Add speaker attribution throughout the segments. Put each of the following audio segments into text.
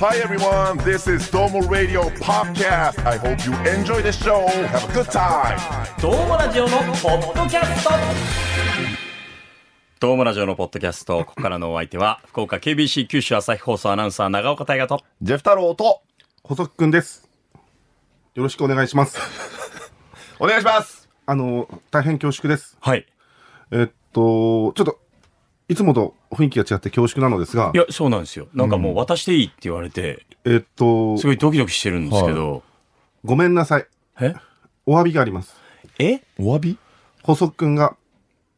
Speaker 1: Hi everyone, this is Domo Radio Podcast. I hope you enjoy the show. Have a good time.
Speaker 2: どうもラジオのポッドキャストどうもラジオのポッドキャストここからのお相手は福岡 KBC 九州朝日放送アナウンサー長岡大和と
Speaker 1: ジェフ太郎と
Speaker 3: 細木くんです。よろしくお願いします。
Speaker 1: お願いします。
Speaker 3: あの、大変恐縮です。
Speaker 2: はい
Speaker 3: えっと、ちょっと、いつもと雰囲気が違って恐縮なのですが
Speaker 2: い、やそうなんですよなんかもう渡していいって言われて
Speaker 3: えっと
Speaker 2: す、ごいドキドキしてるんですけど、
Speaker 3: ごめんなさい。お詫びがあります。
Speaker 2: ええ
Speaker 4: お詫び
Speaker 3: 細木くんが、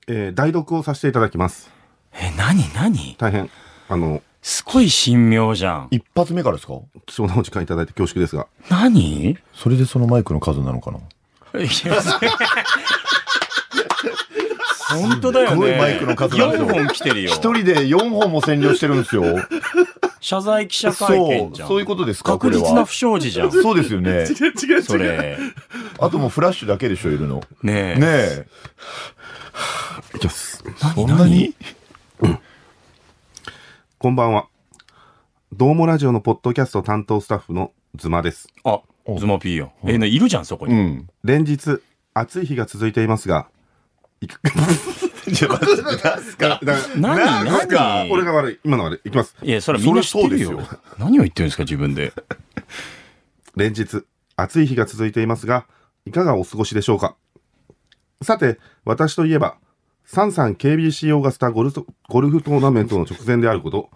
Speaker 3: えー、代読をさせていただきます。
Speaker 2: え何何
Speaker 3: 大変、あの、
Speaker 2: すごい神妙じゃん
Speaker 4: 一発目からですか
Speaker 3: 貴重なお時間いただいて恐縮ですが、
Speaker 2: 何い
Speaker 4: それでそのマイクの数なのかな
Speaker 2: や本当だよね
Speaker 4: すごいマイクの数なんです
Speaker 2: 4
Speaker 4: よ
Speaker 2: 本来てるよ
Speaker 4: 一人で4本も占領してるんですよ。
Speaker 2: 謝罪記者会
Speaker 4: そ
Speaker 2: 見
Speaker 4: う、
Speaker 2: じゃん
Speaker 4: そういうことですかこ
Speaker 2: 確
Speaker 4: れ
Speaker 2: 実な
Speaker 4: は
Speaker 2: 不。祥事じゃん
Speaker 4: そうですよ ね。
Speaker 2: それ
Speaker 4: あともうフラッシュだけでしょ、いるの。
Speaker 2: ねえ
Speaker 4: ねえ。
Speaker 3: いきます。
Speaker 4: そんなに
Speaker 3: こんばんは。どうもラジオのポッドキャスト担当スタッフのズマです。
Speaker 2: あ、ズマピーやん。え、ないるじゃん、そこ
Speaker 4: う
Speaker 2: に。
Speaker 4: ん。
Speaker 3: 連日、暑い日が続いていますが、いく
Speaker 4: じゃあ、何すか
Speaker 3: だから
Speaker 2: 何
Speaker 4: なんか
Speaker 2: 何
Speaker 3: 俺が悪い。今の悪い。いきます。
Speaker 2: いや、それはみんな知ってるよ。
Speaker 4: それそうです
Speaker 2: 何を言ってるんですか、自分で。
Speaker 3: 連日暑い日が続いていますがいかがお過ごしでしょうかさて私といえばサンサン KBC オーガスタゴルトゴルフトーナメントの直前であること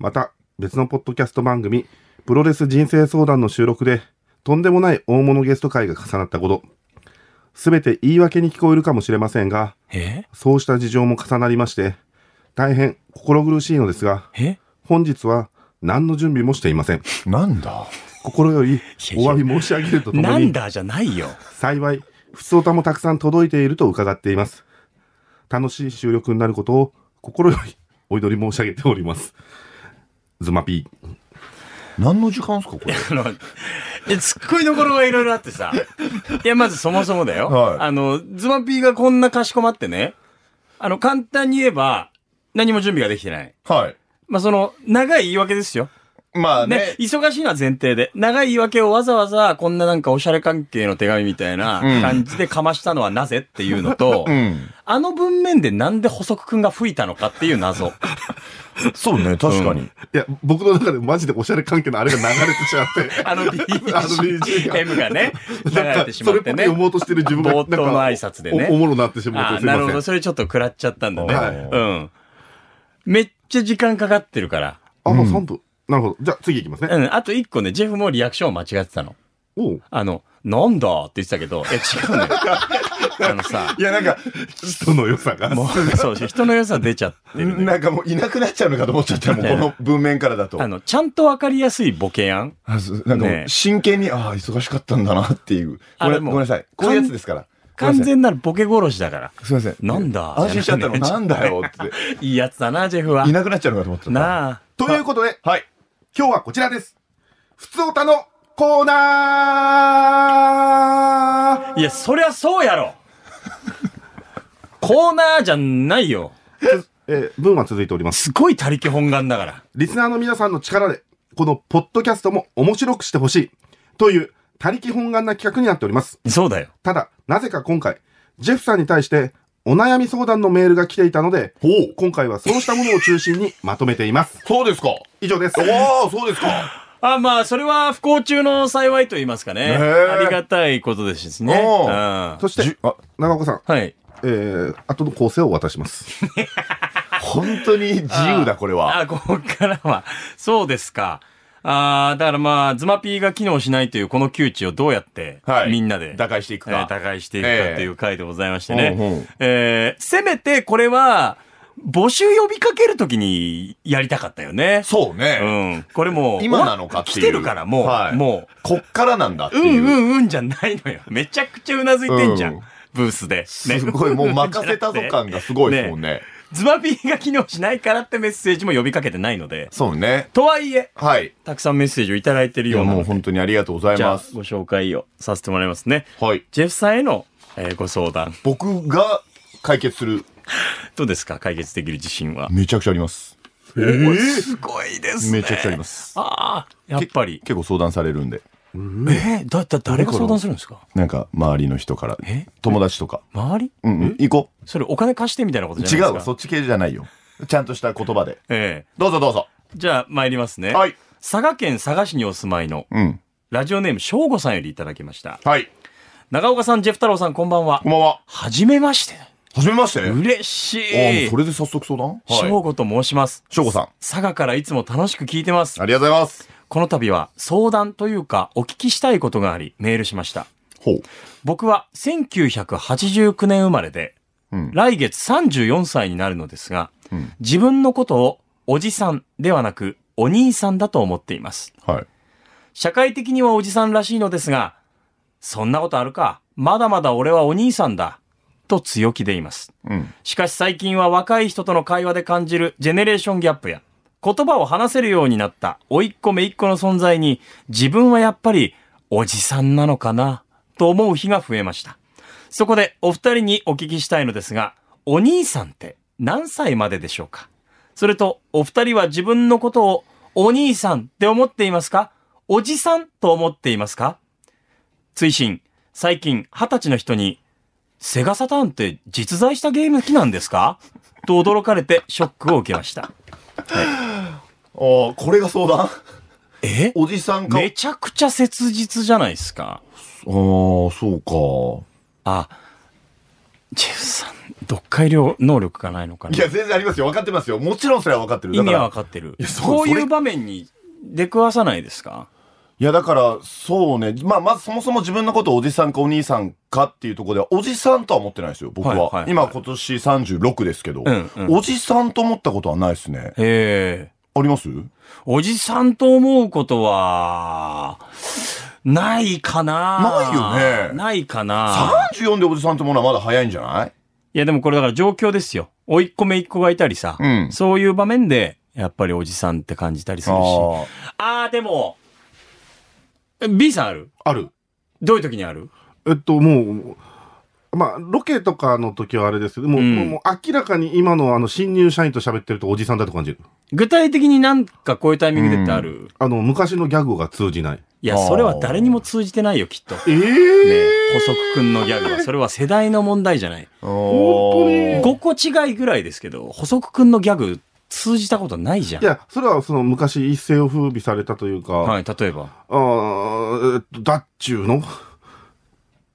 Speaker 3: また別のポッドキャスト番組プロレス人生相談の収録でとんでもない大物ゲスト会が重なったことすべて言い訳に聞こえるかもしれませんが
Speaker 2: え
Speaker 3: そうした事情も重なりまして大変心苦しいのですが
Speaker 2: え
Speaker 3: 本日は何の準備もしていません
Speaker 4: なんだ
Speaker 3: 心よりお詫び申し上げるととも
Speaker 2: な
Speaker 3: に
Speaker 2: んだじゃないよ。
Speaker 3: 幸い、普通歌もたくさん届いていると伺っています。楽しい収録になることを心よりお祈り申し上げております。ズマピー。
Speaker 4: 何の時間ですかこれ。
Speaker 2: あの、いやツッコミどころがいろいろあってさ。いや、まずそもそもだよ。
Speaker 4: はい
Speaker 2: あの、ズマピーがこんなかしこまってね。あの、簡単に言えば、何も準備ができてない。
Speaker 4: はい。
Speaker 2: まあ、その、長い言い訳ですよ。
Speaker 4: まあ
Speaker 2: ね
Speaker 4: ね、。
Speaker 2: 忙しいのは前提で。長い言い訳をわざわざ、こんななんかおしゃれ関係の手紙みたいな
Speaker 4: うん
Speaker 2: 感じでかましたのはなぜっていうのと、
Speaker 4: うん。
Speaker 2: あの文面でなんで細くくんが吹いたのかっていう謎。
Speaker 4: そうね、確か
Speaker 2: う
Speaker 4: に。
Speaker 3: いや、僕の中でマジでおしゃれ関係のあれが流れてしまって。
Speaker 2: あの
Speaker 3: あの BGM
Speaker 2: BGM がね、 流れてしま
Speaker 3: そ
Speaker 2: っ
Speaker 3: れってぽく
Speaker 2: ね。
Speaker 3: 読もうとしてる自分が、
Speaker 2: 冒頭の挨拶でね
Speaker 3: なんかおおもろなってしま
Speaker 2: あ
Speaker 3: っ
Speaker 2: あー、
Speaker 3: て、すいま
Speaker 2: な
Speaker 3: せ
Speaker 2: る
Speaker 3: ん。
Speaker 2: ほど。それちょっと食らっちゃったんだね。
Speaker 4: はい
Speaker 2: うん。めっちゃ時間かかってるから。
Speaker 3: あ、もう3分。なるほど。じゃあ次いきますね。
Speaker 2: うん。あと一個ね、ジェフもリアクションを間違ってたの。
Speaker 3: おう。
Speaker 2: あの、なんだって言ってたけど、いや違う のよ。あのさ、
Speaker 4: いや、なんか、
Speaker 3: 人の良さが。
Speaker 2: もう、そう、人の良さ出ちゃってるね。
Speaker 4: なんかもういなくなっちゃうのかと思っちゃったよもうこの文面からだと
Speaker 2: あ。の、ちゃんとわかりやすいボケやん。
Speaker 4: あそうなんかも
Speaker 2: ねえ
Speaker 4: う真剣に、ああ、忙しかったんだなっていう。
Speaker 2: あ
Speaker 4: ごめ
Speaker 2: れ
Speaker 4: ん
Speaker 2: もう
Speaker 4: ごめんなさい。こういうやつですから。
Speaker 2: 完全なるボケ殺しだから。
Speaker 4: すいません。
Speaker 2: なんだ
Speaker 4: 安心しちゃったの。
Speaker 2: じゃなくて
Speaker 4: なんだよって。。
Speaker 2: いいやつだな、ジェフはい
Speaker 4: なくなっちゃうのかと思ってた。
Speaker 2: なあ。
Speaker 3: ということで、
Speaker 4: はい。
Speaker 3: 今日はこちらです。普通歌のコーナー
Speaker 2: いや、そりゃそうやろコーナーじゃないよ。
Speaker 3: えー文は続いております。
Speaker 2: すごい他力本願だから。
Speaker 3: リスナーの皆さんの力で、このポッドキャストも面白くしてほしい、という、他力本願な企画になっております。
Speaker 2: そうだよ。
Speaker 3: ただ、なぜか今回、ジェフさんに対して、お悩み相談のメールが来ていたので、
Speaker 4: ほう。
Speaker 3: 今回はそうしたものを中心にまとめています。
Speaker 4: そうですか。お
Speaker 3: 以上です。
Speaker 4: お、そうですか。
Speaker 2: あ、まあ、それは不幸中の幸いと言いますかね。
Speaker 4: ねえ
Speaker 2: ありがたいことですしね。
Speaker 4: おう
Speaker 2: うん
Speaker 3: そして
Speaker 4: じ、あ、
Speaker 3: 長岡さん、
Speaker 2: はい。
Speaker 3: えー、後の構成をお渡しします。
Speaker 4: 本当に自由だ、これは。
Speaker 2: あ、ここからは。そうですか。あーだからまあ、ズマピーが機能しないというこの窮地をどうやって、
Speaker 4: はい
Speaker 2: みんなで
Speaker 4: 打開していくか
Speaker 2: えー打開していく
Speaker 4: え
Speaker 2: か
Speaker 4: え
Speaker 2: という回でございましてね。
Speaker 4: うんうん
Speaker 2: えーせめてこれは、募集呼びかけるときにやりたかったよね。
Speaker 4: そう
Speaker 2: う
Speaker 4: ね。
Speaker 2: ん。これもう、
Speaker 4: 今なのかっていう
Speaker 2: 来てるからもう、
Speaker 4: はい
Speaker 2: も
Speaker 4: こっからなんだって
Speaker 2: う、うん
Speaker 4: いうう。
Speaker 2: んうんじゃないのよ。めちゃくちゃうなずいてんじゃん。
Speaker 4: うん
Speaker 2: ブースで。ね
Speaker 4: すごい、もう任せたぞ感がすごいですもんね。
Speaker 2: ズマピーが機能しないからってメッセージも呼びかけてないので。
Speaker 4: そうね。
Speaker 2: とはいえ、
Speaker 4: はい。
Speaker 2: たくさんメッセージをいただいてる
Speaker 4: い
Speaker 2: よ
Speaker 4: や、
Speaker 2: うな
Speaker 4: もう
Speaker 2: ので
Speaker 4: 本当にありがとうござい
Speaker 2: じゃあ
Speaker 4: ます。
Speaker 2: ご紹介をさせてもらいますね。
Speaker 4: はい。
Speaker 2: ジェフさんへの、えーご相談。
Speaker 4: 僕が解決する、
Speaker 2: どうですか解決できる自信は。
Speaker 4: めちゃくちゃあります。
Speaker 2: えー、すごいですね。
Speaker 4: めちゃくちゃあります
Speaker 2: ああ、やっぱり。
Speaker 4: 結構相談されるんで
Speaker 2: えー、だ、だ、誰が相談するんですか
Speaker 4: なんか周りの人から
Speaker 2: え
Speaker 4: 友達とか
Speaker 2: 周り
Speaker 4: うんうん行こ
Speaker 2: それお金貸してみたいなこと
Speaker 4: う
Speaker 2: じ
Speaker 4: 違
Speaker 2: ゃないうです
Speaker 4: わ
Speaker 2: か。
Speaker 4: そっち系じゃないよちゃんとした言葉で
Speaker 2: え
Speaker 4: どうぞどうぞ
Speaker 2: えじゃあ、参りますね。
Speaker 4: はい
Speaker 2: 佐賀県佐賀市にお住まいの、
Speaker 4: うん
Speaker 2: ラジオネーム、しょうごさんよりいただきました。
Speaker 4: はい
Speaker 2: 長岡さん、ジェフ太郎さん、こんばんは
Speaker 4: こん。ばんは
Speaker 2: はじめまして。
Speaker 4: はじめましてあ
Speaker 2: 嬉しい
Speaker 4: そ。れで早速相談
Speaker 2: しょうごと申します。
Speaker 4: しょうごさん
Speaker 2: 佐賀からいつも楽しく聞いてます。
Speaker 4: ありがとうございます
Speaker 2: この度は相談というかお聞きしたいことがありメールしました。
Speaker 4: ほう
Speaker 2: 僕は1989年生まれで、
Speaker 4: うん
Speaker 2: 来月34歳になるのですが、
Speaker 4: うん
Speaker 2: 自分のことをおじさんではなくお兄さんだと思っています。
Speaker 4: はい
Speaker 2: 社会的にはおじさんらしいのですが、そんなことあるか。まだまだ俺はお兄さんだ。と強気でいます。
Speaker 4: うん
Speaker 2: しかし最近は若い人との会話で感じるジェネレーションギャップや、言葉を話せるようになった、おいっ子めいっ子の存在に、自分はやっぱり、おじさんなのかな、と思う日が増えました。そこで、お二人にお聞きしたいのですが、お兄さんって何歳まででしょうかそれと、お二人は自分のことを、お兄さんって思っていますかおじさんと思っていますか追伸、最近、二十歳の人に、セガサターンって実在したゲーム機なんですかと驚かれてショックを受けました。
Speaker 4: あーこれが相談
Speaker 2: え
Speaker 4: おじさんか
Speaker 2: めちゃくちゃ切実じゃないですか。
Speaker 4: あーそう
Speaker 2: あ、ジェフさん、読解量能力がないのかない
Speaker 4: や全然ありますよ分かってますよもちろんそれは分かってる
Speaker 2: 意
Speaker 4: だか
Speaker 2: 味
Speaker 4: ら
Speaker 2: はわかってる
Speaker 4: いや。そう
Speaker 2: こう
Speaker 4: そ
Speaker 2: い
Speaker 4: れ
Speaker 2: う場面に出くわさないですか
Speaker 4: いやだからそうね、まあ、まずそもそも自分のことをおじさんかお兄さんかっていうところではおじさんとは思ってないですよ僕は、
Speaker 2: はいはいはい
Speaker 4: 今今年36ですけど、
Speaker 2: うんうん
Speaker 4: おじさんと思ったことはないですね
Speaker 2: ええ
Speaker 4: あります
Speaker 2: おじさんと思うことは、ないかな
Speaker 4: ないよね
Speaker 2: ないかな
Speaker 4: 34でおじさんってものはまだ早いんじゃない
Speaker 2: いやでもこれだから状況ですよ。甥っ子姪っ子がいたりさ、
Speaker 4: うん
Speaker 2: そういう場面で、やっぱりおじさんって感じたりするし。あ
Speaker 4: あ
Speaker 2: あー、でも、え B さんある
Speaker 3: ある
Speaker 2: どういう時にある
Speaker 3: えっと、もう、まあ、ロケとかの時はあれですけど、もう、
Speaker 2: うん
Speaker 3: もうもう明らかに今のあの、新入社員と喋ってるとおじさんだと感じる。
Speaker 2: 具体的になんかこういうタイミングでってある、い
Speaker 3: あの、昔のギャグが通じない。
Speaker 2: や、それは誰にも通じてないよ、きっと。ね
Speaker 3: ええ
Speaker 2: 補足くんのギャグは。それは世代の問題じゃない。
Speaker 4: あ
Speaker 3: 本
Speaker 2: 5個違いぐらいですけど、補足くんのギャグ通じたことないじゃん。
Speaker 3: いや、それはその昔一世を風靡されたというか、
Speaker 2: はい、例えば。
Speaker 3: あーえっと、だっちゅうの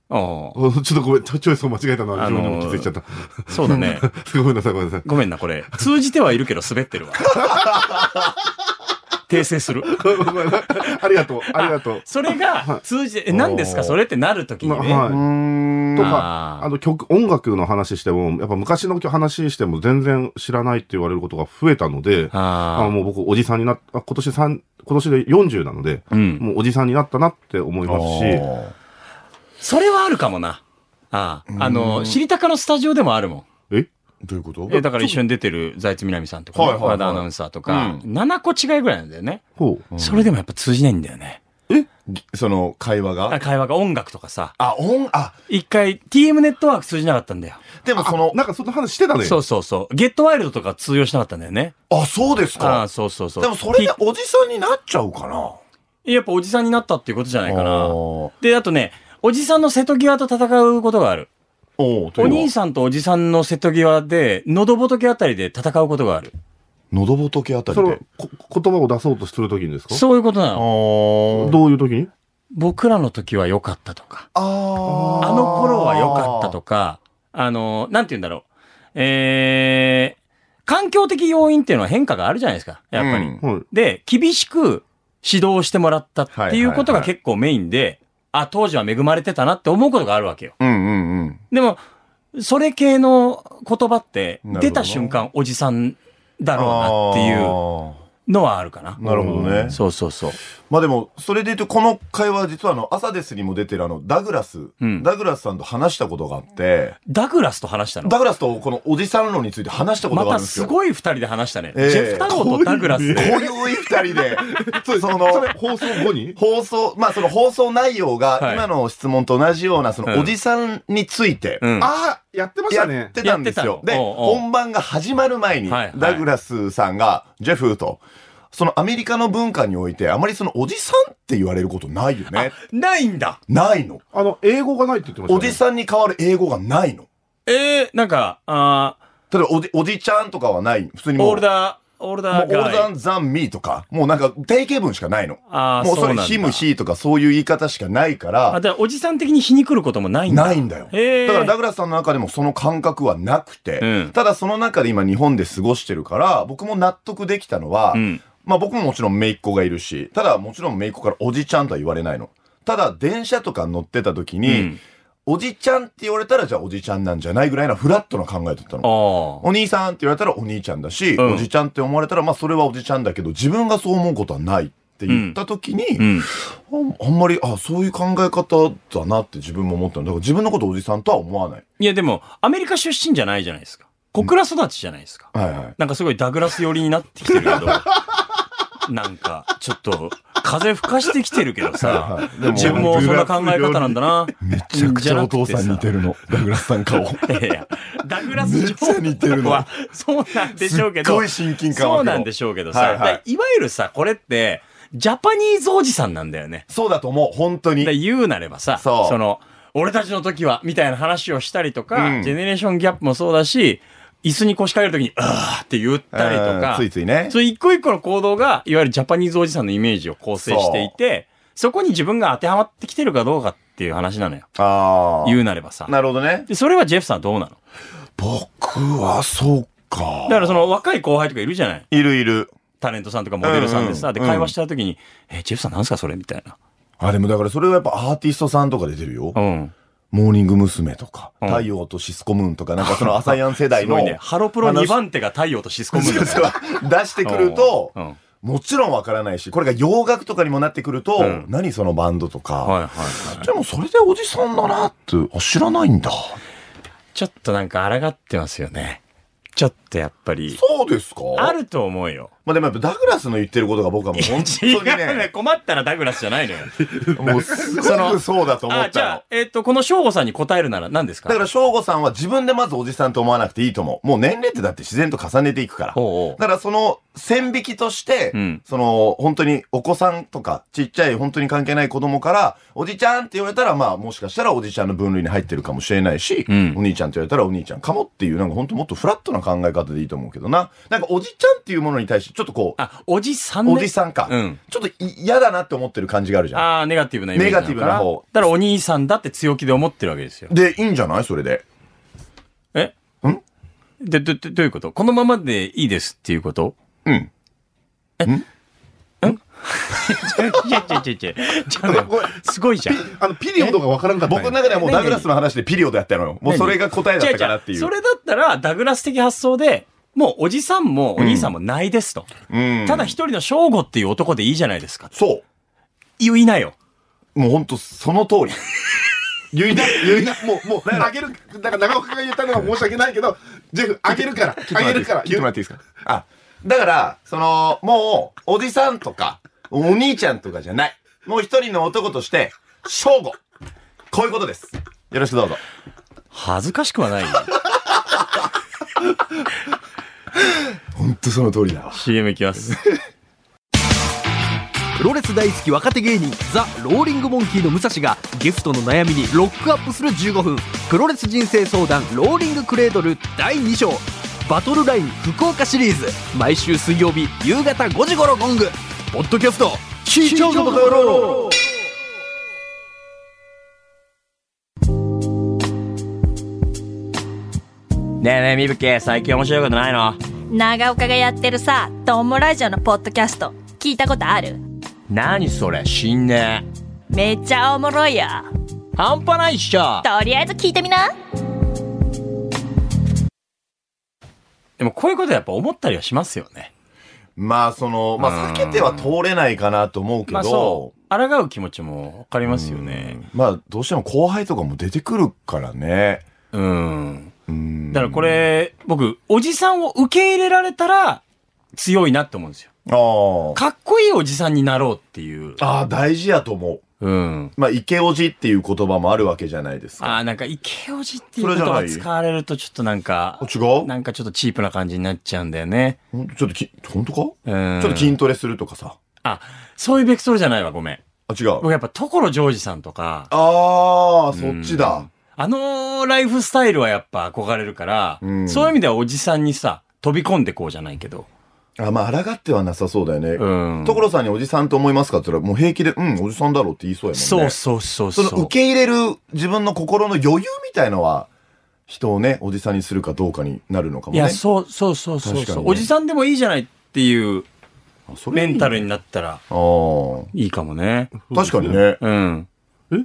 Speaker 2: ああ、
Speaker 3: ちょっとごめん、チョイスを間違えたのは
Speaker 2: あ
Speaker 3: 自
Speaker 2: のー
Speaker 3: 分でも気づいちゃった。
Speaker 2: そうだね。
Speaker 3: ごめんなさい、ごめんなさい。
Speaker 2: ごめんな、これ。通じてはいるけど滑ってるわ。訂正する。
Speaker 3: ごめんなさいありがとう、ありがとう。
Speaker 2: それが通じて、え、何ですかそれってなるときに
Speaker 3: まあ
Speaker 2: ね。
Speaker 3: はい。
Speaker 4: ん
Speaker 3: と
Speaker 4: と
Speaker 3: か
Speaker 2: あ、ー
Speaker 3: あの曲、音楽の話しても、やっぱ昔の話しても全然知らないって言われることが増えたので、あ
Speaker 2: ああ、
Speaker 3: もう僕、おじさんになっあ今年三今年で40なので、
Speaker 2: うん。
Speaker 3: もうおじさんになったなって思い
Speaker 4: あ
Speaker 3: ますし、
Speaker 4: ー
Speaker 2: それはあるかもな。ああ、あの、知りたかのスタジオでもあるもん。
Speaker 3: え
Speaker 4: どういうこと
Speaker 2: え、だから一緒に出てる財津みなみさんとかね、
Speaker 4: はいはいはい
Speaker 2: 和田アナウンサーとか、
Speaker 4: う
Speaker 2: 7個違いぐらいなんだよね。
Speaker 3: ほう。
Speaker 2: それでもやっぱ通じないんだよね。
Speaker 4: その会話
Speaker 2: あ
Speaker 4: が
Speaker 2: 会話が音楽とかさ。
Speaker 4: あ音あ
Speaker 2: 一回 TM ネットワーク通じなかったんだよ。
Speaker 4: でもその
Speaker 3: なんかそんな話してたね。
Speaker 2: そうそうそう。ゲットワイルドとか通用しなかったんだよね。
Speaker 4: あそうです
Speaker 2: ああ、
Speaker 4: か
Speaker 2: そうそうそう。
Speaker 4: でもそれでおじさんになっちゃうかな
Speaker 2: やっぱおじさんになったっていうことじゃないか
Speaker 4: あー
Speaker 2: な。
Speaker 4: お
Speaker 2: で、あとね、おじさんの瀬戸際と戦うことがある。
Speaker 4: ーという
Speaker 2: お
Speaker 4: のは
Speaker 2: 兄さんとおじさんの瀬戸際で、喉仏あたりで戦うことがある。
Speaker 4: 喉仏あた
Speaker 3: そ
Speaker 4: り
Speaker 3: れは
Speaker 4: で
Speaker 3: こ言葉を出そうとするときにですか
Speaker 2: そういうことな
Speaker 4: あ
Speaker 2: の。
Speaker 4: ー
Speaker 3: どういうときに
Speaker 2: 僕らの時は良かったとか、
Speaker 4: あ
Speaker 2: あの頃は良かったとか、あの、なんて言うんだろう。えー、環境的要因っていうのは変化があるじゃないですか、やっぱり。
Speaker 4: うん
Speaker 3: はい。
Speaker 2: で、厳しく指導してもらったっていうことが結構メインで、あ、当時は恵まれてたなって思うことがあるわけよ。
Speaker 4: うんうんうん。
Speaker 2: でも、それ系の言葉って、
Speaker 4: なるほどな
Speaker 2: 出た瞬間、おじさんだろうなっていうのはあるかな。
Speaker 4: なるほどね。
Speaker 2: そうそうそう。
Speaker 4: まあでも、それで言うと、この会話は実はあの、朝ですにも出てるあの、ダグラス、
Speaker 2: うん
Speaker 4: ダグラスさんと話したことがあって、
Speaker 2: ダグラスと話したの
Speaker 4: ダグラスとこのおじさん論について話したこと
Speaker 2: ま
Speaker 4: があ
Speaker 2: た
Speaker 4: るんです
Speaker 2: す
Speaker 4: よ。
Speaker 2: ごい二人で話したね。
Speaker 4: ええ
Speaker 2: ジェフ太郎とダグラスで。
Speaker 4: こういう二人 で、そ
Speaker 3: そ
Speaker 4: の
Speaker 3: れ、、放送後に
Speaker 4: 放送、まあその放送内容
Speaker 2: は
Speaker 4: が、
Speaker 2: い
Speaker 4: 今の質問と同じような、そ
Speaker 2: うん
Speaker 4: のおじさんについて、
Speaker 2: うん
Speaker 4: ああ、
Speaker 3: やってまし
Speaker 4: や
Speaker 3: た
Speaker 4: っ
Speaker 3: ね。
Speaker 4: てたんです
Speaker 2: やっ
Speaker 4: よ。
Speaker 2: て
Speaker 4: で、
Speaker 2: たのおうおう
Speaker 4: 本番が始まる前に、
Speaker 2: はいはい
Speaker 4: ダグラスさんが、ジェフと、そのアメリカの文化において、あまりそのおじさんって言われることないよね。
Speaker 2: ないんだ
Speaker 4: ないの。
Speaker 3: あの、英語がないって言ってました、
Speaker 4: お
Speaker 3: ね。
Speaker 4: じさんに代わる英語がないの。
Speaker 2: えー、なんか、あ
Speaker 4: 例えばおじ、おじちゃんとかはない。普通に
Speaker 2: ー
Speaker 4: もう、
Speaker 2: オールダー、オール
Speaker 4: もう
Speaker 2: ダー
Speaker 4: オールダ
Speaker 2: が、
Speaker 4: ンザンミーとか、もうなんか定型文しかないの。
Speaker 2: あー
Speaker 4: もうそ
Speaker 2: そうな
Speaker 4: れ、
Speaker 2: んだ
Speaker 4: ヒム、ヒーとかそういう言い方しかないか
Speaker 2: あ、
Speaker 4: ら、
Speaker 2: じゃあおじさん的に皮肉ることもないんだ。
Speaker 4: ないんだよ。
Speaker 2: へー
Speaker 4: だからダグラスさんの中でもその感覚はなくて、
Speaker 2: うん
Speaker 4: ただその中で今日本で過ごしてるから、僕も納得できたのは、
Speaker 2: うん
Speaker 4: まあ僕ももちろん姪っ子がいるし、ただもちろん姪っ子からおじちゃんとは言われないの。ただ電車とか乗ってた時に、
Speaker 2: うん
Speaker 4: おじちゃんって言われたらじゃあおじちゃんなんじゃないぐらいのフラットな考えだったの。
Speaker 2: ああ。
Speaker 4: お兄さんって言われたらお兄ちゃんだし、
Speaker 2: うん
Speaker 4: おじちゃんって思われたら、まあそれはおじちゃんだけど、自分がそう思うことはないって言った時に、
Speaker 2: うん。
Speaker 4: ああんまり、あ、そういう考え方だなって自分も思ったの。だから自分のことおじさんとは思わない。
Speaker 2: いやでも、アメリカ出身じゃないじゃないですか。小倉育ちじゃないですか。
Speaker 4: はいはい。
Speaker 2: なんかすごいダグラス寄りになってきてる けど、なんか、ちょっと、風吹かしてきてるけどさ、
Speaker 4: でも
Speaker 2: 自分もそんな考え方なんだな。
Speaker 4: めちゃくちゃお父さん似て
Speaker 2: る。
Speaker 4: る の。ダグラスさん顔。
Speaker 2: いやいや、ダグラス・ジョー
Speaker 4: めっちゃ似てる
Speaker 2: ン
Speaker 4: の
Speaker 2: は、そうなんでしょうけど、
Speaker 4: すっごい親近感湧くの
Speaker 2: そうなんでしょうけどさ、
Speaker 4: はい
Speaker 2: い
Speaker 4: はい
Speaker 2: い、わゆるさ、これって、ジャパニーズおじさんなんだよね。
Speaker 4: そうだと思う、本当
Speaker 2: だ
Speaker 4: に。
Speaker 2: から言うなればさ、
Speaker 4: そう
Speaker 2: の、俺たちの時は、みたいな話をしたりとか、
Speaker 4: うん
Speaker 2: ジェネレーションギャップもそうだし、椅子に腰掛ける時に、あーって言ったりと
Speaker 4: う
Speaker 2: か
Speaker 4: ん、ついついね。
Speaker 2: そういう一個一個の行動が、いわゆるジャパニーズおじさんのイメージを構成していて、そこに自分が当てはまってきてるかどうかっていう話なのよ。
Speaker 4: ああ。
Speaker 2: 言うなればさ。
Speaker 4: なるほどね。
Speaker 2: で、それはジェフさんはどうなの
Speaker 4: 僕は、そうか
Speaker 2: だ。からその若い後輩とかいるじゃない
Speaker 4: いるいる。
Speaker 2: タレントさんとかモデルさんでさ、
Speaker 4: うん
Speaker 2: で、
Speaker 4: うん
Speaker 2: 会話した時に、え、ジェフさんなんすかそれみたいな。
Speaker 4: あ、でもだからそれはやっぱアーティストさんとか出てるよ。
Speaker 2: うん。
Speaker 4: モーニング娘。とか、
Speaker 2: ん
Speaker 4: 太陽とシスコムーンとか、なんかそのアサヤン世代
Speaker 2: す
Speaker 4: の。
Speaker 2: ごいね。ハロプロ2
Speaker 4: 話
Speaker 2: 番手が太陽とシスコムーンだ
Speaker 4: そうそう出してくると
Speaker 2: うんうん、
Speaker 4: もちろんわからないし、これが洋楽とかにもなってくると、
Speaker 2: うん
Speaker 4: 何そのバンドとか、
Speaker 2: はいはいはい。
Speaker 4: でもそれでおじさんだなって、あ知らないんだ。
Speaker 2: ちょっとなんか抗ってますよね。ちょっとやっぱり。
Speaker 4: そうですか
Speaker 2: あると思うよ。
Speaker 4: まあでもやっぱダグラスの言ってることが僕はもう本当
Speaker 2: 違う
Speaker 4: に
Speaker 2: ね
Speaker 4: ね。、
Speaker 2: 困ったらダグラスじゃないのよ。
Speaker 4: もうすご
Speaker 2: その
Speaker 4: くそうだと思
Speaker 2: あ、
Speaker 4: っ
Speaker 2: じ
Speaker 4: た
Speaker 2: ゃ
Speaker 4: の
Speaker 2: あ。、えっ、と、この翔吾さんに答えるなら何ですか
Speaker 4: だから、翔吾さんは自分でまずおじさんと思わなくていいと思う。もう年齢ってだって自然と重ねていくから。
Speaker 2: おうおう
Speaker 4: だからその線引きとして、
Speaker 2: うん
Speaker 4: その本当にお子さんとかちっちゃい本当に関係ない子供から、おじちゃんって言われたらまあもしかしたらおじちゃんの分類に入ってるかもしれないし、
Speaker 2: うん
Speaker 4: お兄ちゃんって言われたらお兄ちゃんかもっていうなんか本当もっとフラットな考え方でいいと思うけどな。なんかおじちゃんっていうものに対してちょっとこう、
Speaker 2: あ、おじさんね。
Speaker 4: おじさんか、
Speaker 2: うん
Speaker 4: ちょっとい嫌だなって思ってる感じがあるじゃん。
Speaker 2: ああ、ネガティブなイメージのか
Speaker 4: ネガティブな方
Speaker 2: だからお兄さんだって強気で思ってるわけですよ。
Speaker 4: で、いいんじゃないそれで。
Speaker 2: え
Speaker 4: ん
Speaker 2: で、ど、ど、どういうことこのままでいいですっていうこと
Speaker 4: うん。
Speaker 2: いや、違う違う違う違う。ちゃうのよ
Speaker 3: ごめん
Speaker 2: すごいじゃん。
Speaker 3: あの、ピリオドがわからんかったんや。
Speaker 4: 僕の中ではもうダグラスの話でピリオドやったのよ。もうそれが答えだったからってい
Speaker 2: 違
Speaker 4: う。
Speaker 2: 違それだったら、ダグラス的発想で、もうおじさんもお兄さんもないですと。
Speaker 4: うん。
Speaker 2: ただ一人の正吾っていう男でいいじゃないですか。
Speaker 4: そ
Speaker 2: 言いなよ。
Speaker 4: う。もうほんとその通り。
Speaker 3: 言いな、言いな、 もう、もう、あげる、だから長岡が言ったのは申し訳ないけど、ジェフ、あげるから、あげるから、
Speaker 4: 聞いてもらっていいですかあ、だから、その、もう、おじさんとか、お兄ちゃんとかじゃない。もう一人の男として、正吾。こういうことです。よろしくどうぞ。
Speaker 2: 恥ずかしくは ないよ。
Speaker 4: ほんとその通りだわ。
Speaker 2: CM いきます。
Speaker 5: プ ロレス大好き若手芸人ザ・ローリングモンキーの武蔵がゲストの悩みにロックアップする15分プロレス人生相談ローリングクレードル第2章バトルライン福岡シリーズ毎週水曜日夕方5時頃ゴングポッドキャスト聞いちゃうぞバカ野郎
Speaker 2: ねえねえ、みぶけ、最近面白いことないの
Speaker 6: 長岡がやってるさ、トンボラジオのポッドキャスト、聞いたことある
Speaker 2: 何それ、死んねえ。
Speaker 6: めっちゃおもろいよ。
Speaker 2: 半端ないっしょ。
Speaker 6: とりあえず聞いてみな。
Speaker 2: でもこういうことやっぱ思ったりはしますよね。
Speaker 4: まあ、その、まあ、避けては通れないかなと思うけ
Speaker 2: まあ
Speaker 4: ど
Speaker 2: そ、う。抗う気持ちもわかりますよね。
Speaker 4: まあ、どうしても後輩とかも出てくるからね。
Speaker 2: うん。
Speaker 4: うん。
Speaker 2: だからこれ、僕、おじさんを受け入れられたら強いなって思うんですよ。
Speaker 4: ああ。
Speaker 2: かっこいいおじさんになろうっていう。
Speaker 4: ああ、大事やと思う。
Speaker 2: うん。
Speaker 4: まあ、池おじっていう言葉もあるわけじゃないです
Speaker 2: あ
Speaker 4: か。
Speaker 2: あ、なんか、イケオジっていう
Speaker 4: それ
Speaker 2: 言
Speaker 4: じゃな
Speaker 2: 葉
Speaker 4: い
Speaker 2: 使われるとちょっとなんか、
Speaker 4: 違う
Speaker 2: なんかちょっとチープな感じになっちゃうんだよね。
Speaker 4: ほんちょっとき、本当か、
Speaker 2: うん。
Speaker 4: ちょっと筋トレするとかさ。
Speaker 2: あ、そういうベクトルじゃないわ、ごめん。
Speaker 4: あ、違う。
Speaker 2: 僕やっぱ、所ジョージさんとか、
Speaker 4: ああ、そっちだ。
Speaker 2: あのライフスタイルはやっぱ憧れるから、
Speaker 4: ん
Speaker 2: そういう意味ではおじさんにさ、飛び込んでこうじゃないけど。
Speaker 4: あ、まあ、抗ってはなさそうだよね。
Speaker 2: うん。
Speaker 4: 所さんにおじさんと思いますかって言ったら、もう平気で、うん、おじさんだろうって言いそうやもんね。
Speaker 2: そうそうそう
Speaker 4: そ
Speaker 2: そう。
Speaker 4: の受け入れる自分の心の余裕みたいのは、人をね、おじさんにするかどうかになるのか
Speaker 2: い
Speaker 4: もね。
Speaker 2: や、そうそうそうそう
Speaker 4: 確か
Speaker 2: そう、
Speaker 4: にね
Speaker 2: おじさんでもいいじゃないっていう
Speaker 4: あそれ
Speaker 2: メ
Speaker 4: いいね
Speaker 2: ンタルになったら
Speaker 4: あー
Speaker 2: いいかもね。
Speaker 4: 確かにね。
Speaker 2: うん。
Speaker 3: え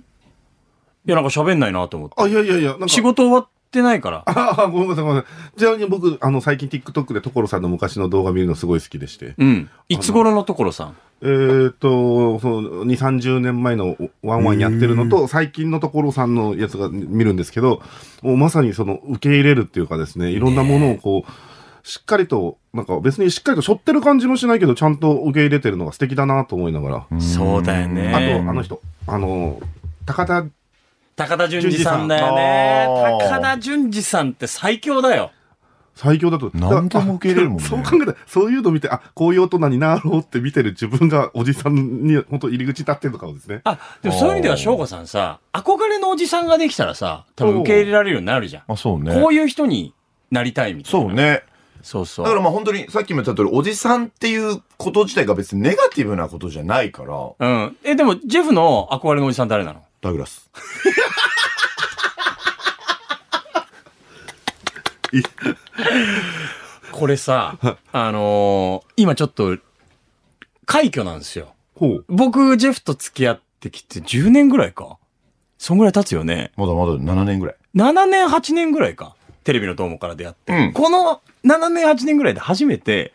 Speaker 2: いや、なんか喋んないなと思って。
Speaker 3: あ、いやいやいや、なんか。
Speaker 2: 仕事終わってないから。
Speaker 3: ああ、ごめんなさい、ごめんなさい。ちなみに僕、あの、最近 TikTok で所さんの昔の動画見るのすごい好きでして。
Speaker 2: うん。いつ頃のところさん。
Speaker 3: えーっと、その、2、30年前のワンワンやってるのと、最近の所さんのやつが見るんですけど、もうまさにその、受け入れるっていうかですね、いろんなものをこう、しっかりと、なんか別にしっかりと背負ってる感じもしないけど、ちゃんと受け入れてるのが素敵だなと思いながら。
Speaker 2: そうだよね。
Speaker 3: あと、あの人、あの、高田、
Speaker 2: 高田純次さんだよね
Speaker 4: 純次。
Speaker 2: 高
Speaker 4: さんあー
Speaker 2: 田純次さんって最強だよ。
Speaker 3: 最強だと。
Speaker 4: 何でも受け入れるもんね
Speaker 3: あそう考えたら、そういうの見て、あ、こういう大人になろうって見てる自分がおじさんに、本当入り口立ってるのかもですね。
Speaker 2: あ、でもそういう意味では翔吾さんさ、憧れのおじさんができたらさ、多分受け入れられるようになるじゃん。
Speaker 4: あ、そうね
Speaker 2: こういう人になりたいみたいな。
Speaker 4: そう。ね。
Speaker 2: そうそ
Speaker 4: だから
Speaker 2: う。
Speaker 4: まあ本当に、さっきも言った通り、おじさんっていうこと自体が別にネガティブなことじゃないから、
Speaker 2: うん。え、でも、ジェフの憧れのおじさん誰なの
Speaker 4: ダグラス。
Speaker 2: これさ、あのー今ちょっと、快挙なんですよ。
Speaker 3: ほう。
Speaker 2: 僕、ジェフと付き合ってきて10年ぐらいか。そんぐらい経つよね。
Speaker 4: まだまだ7年ぐらい。
Speaker 2: 7年、8年ぐらいか。テレビのどうもから出会って。
Speaker 4: うん
Speaker 2: この7年、8年ぐらいで初めて、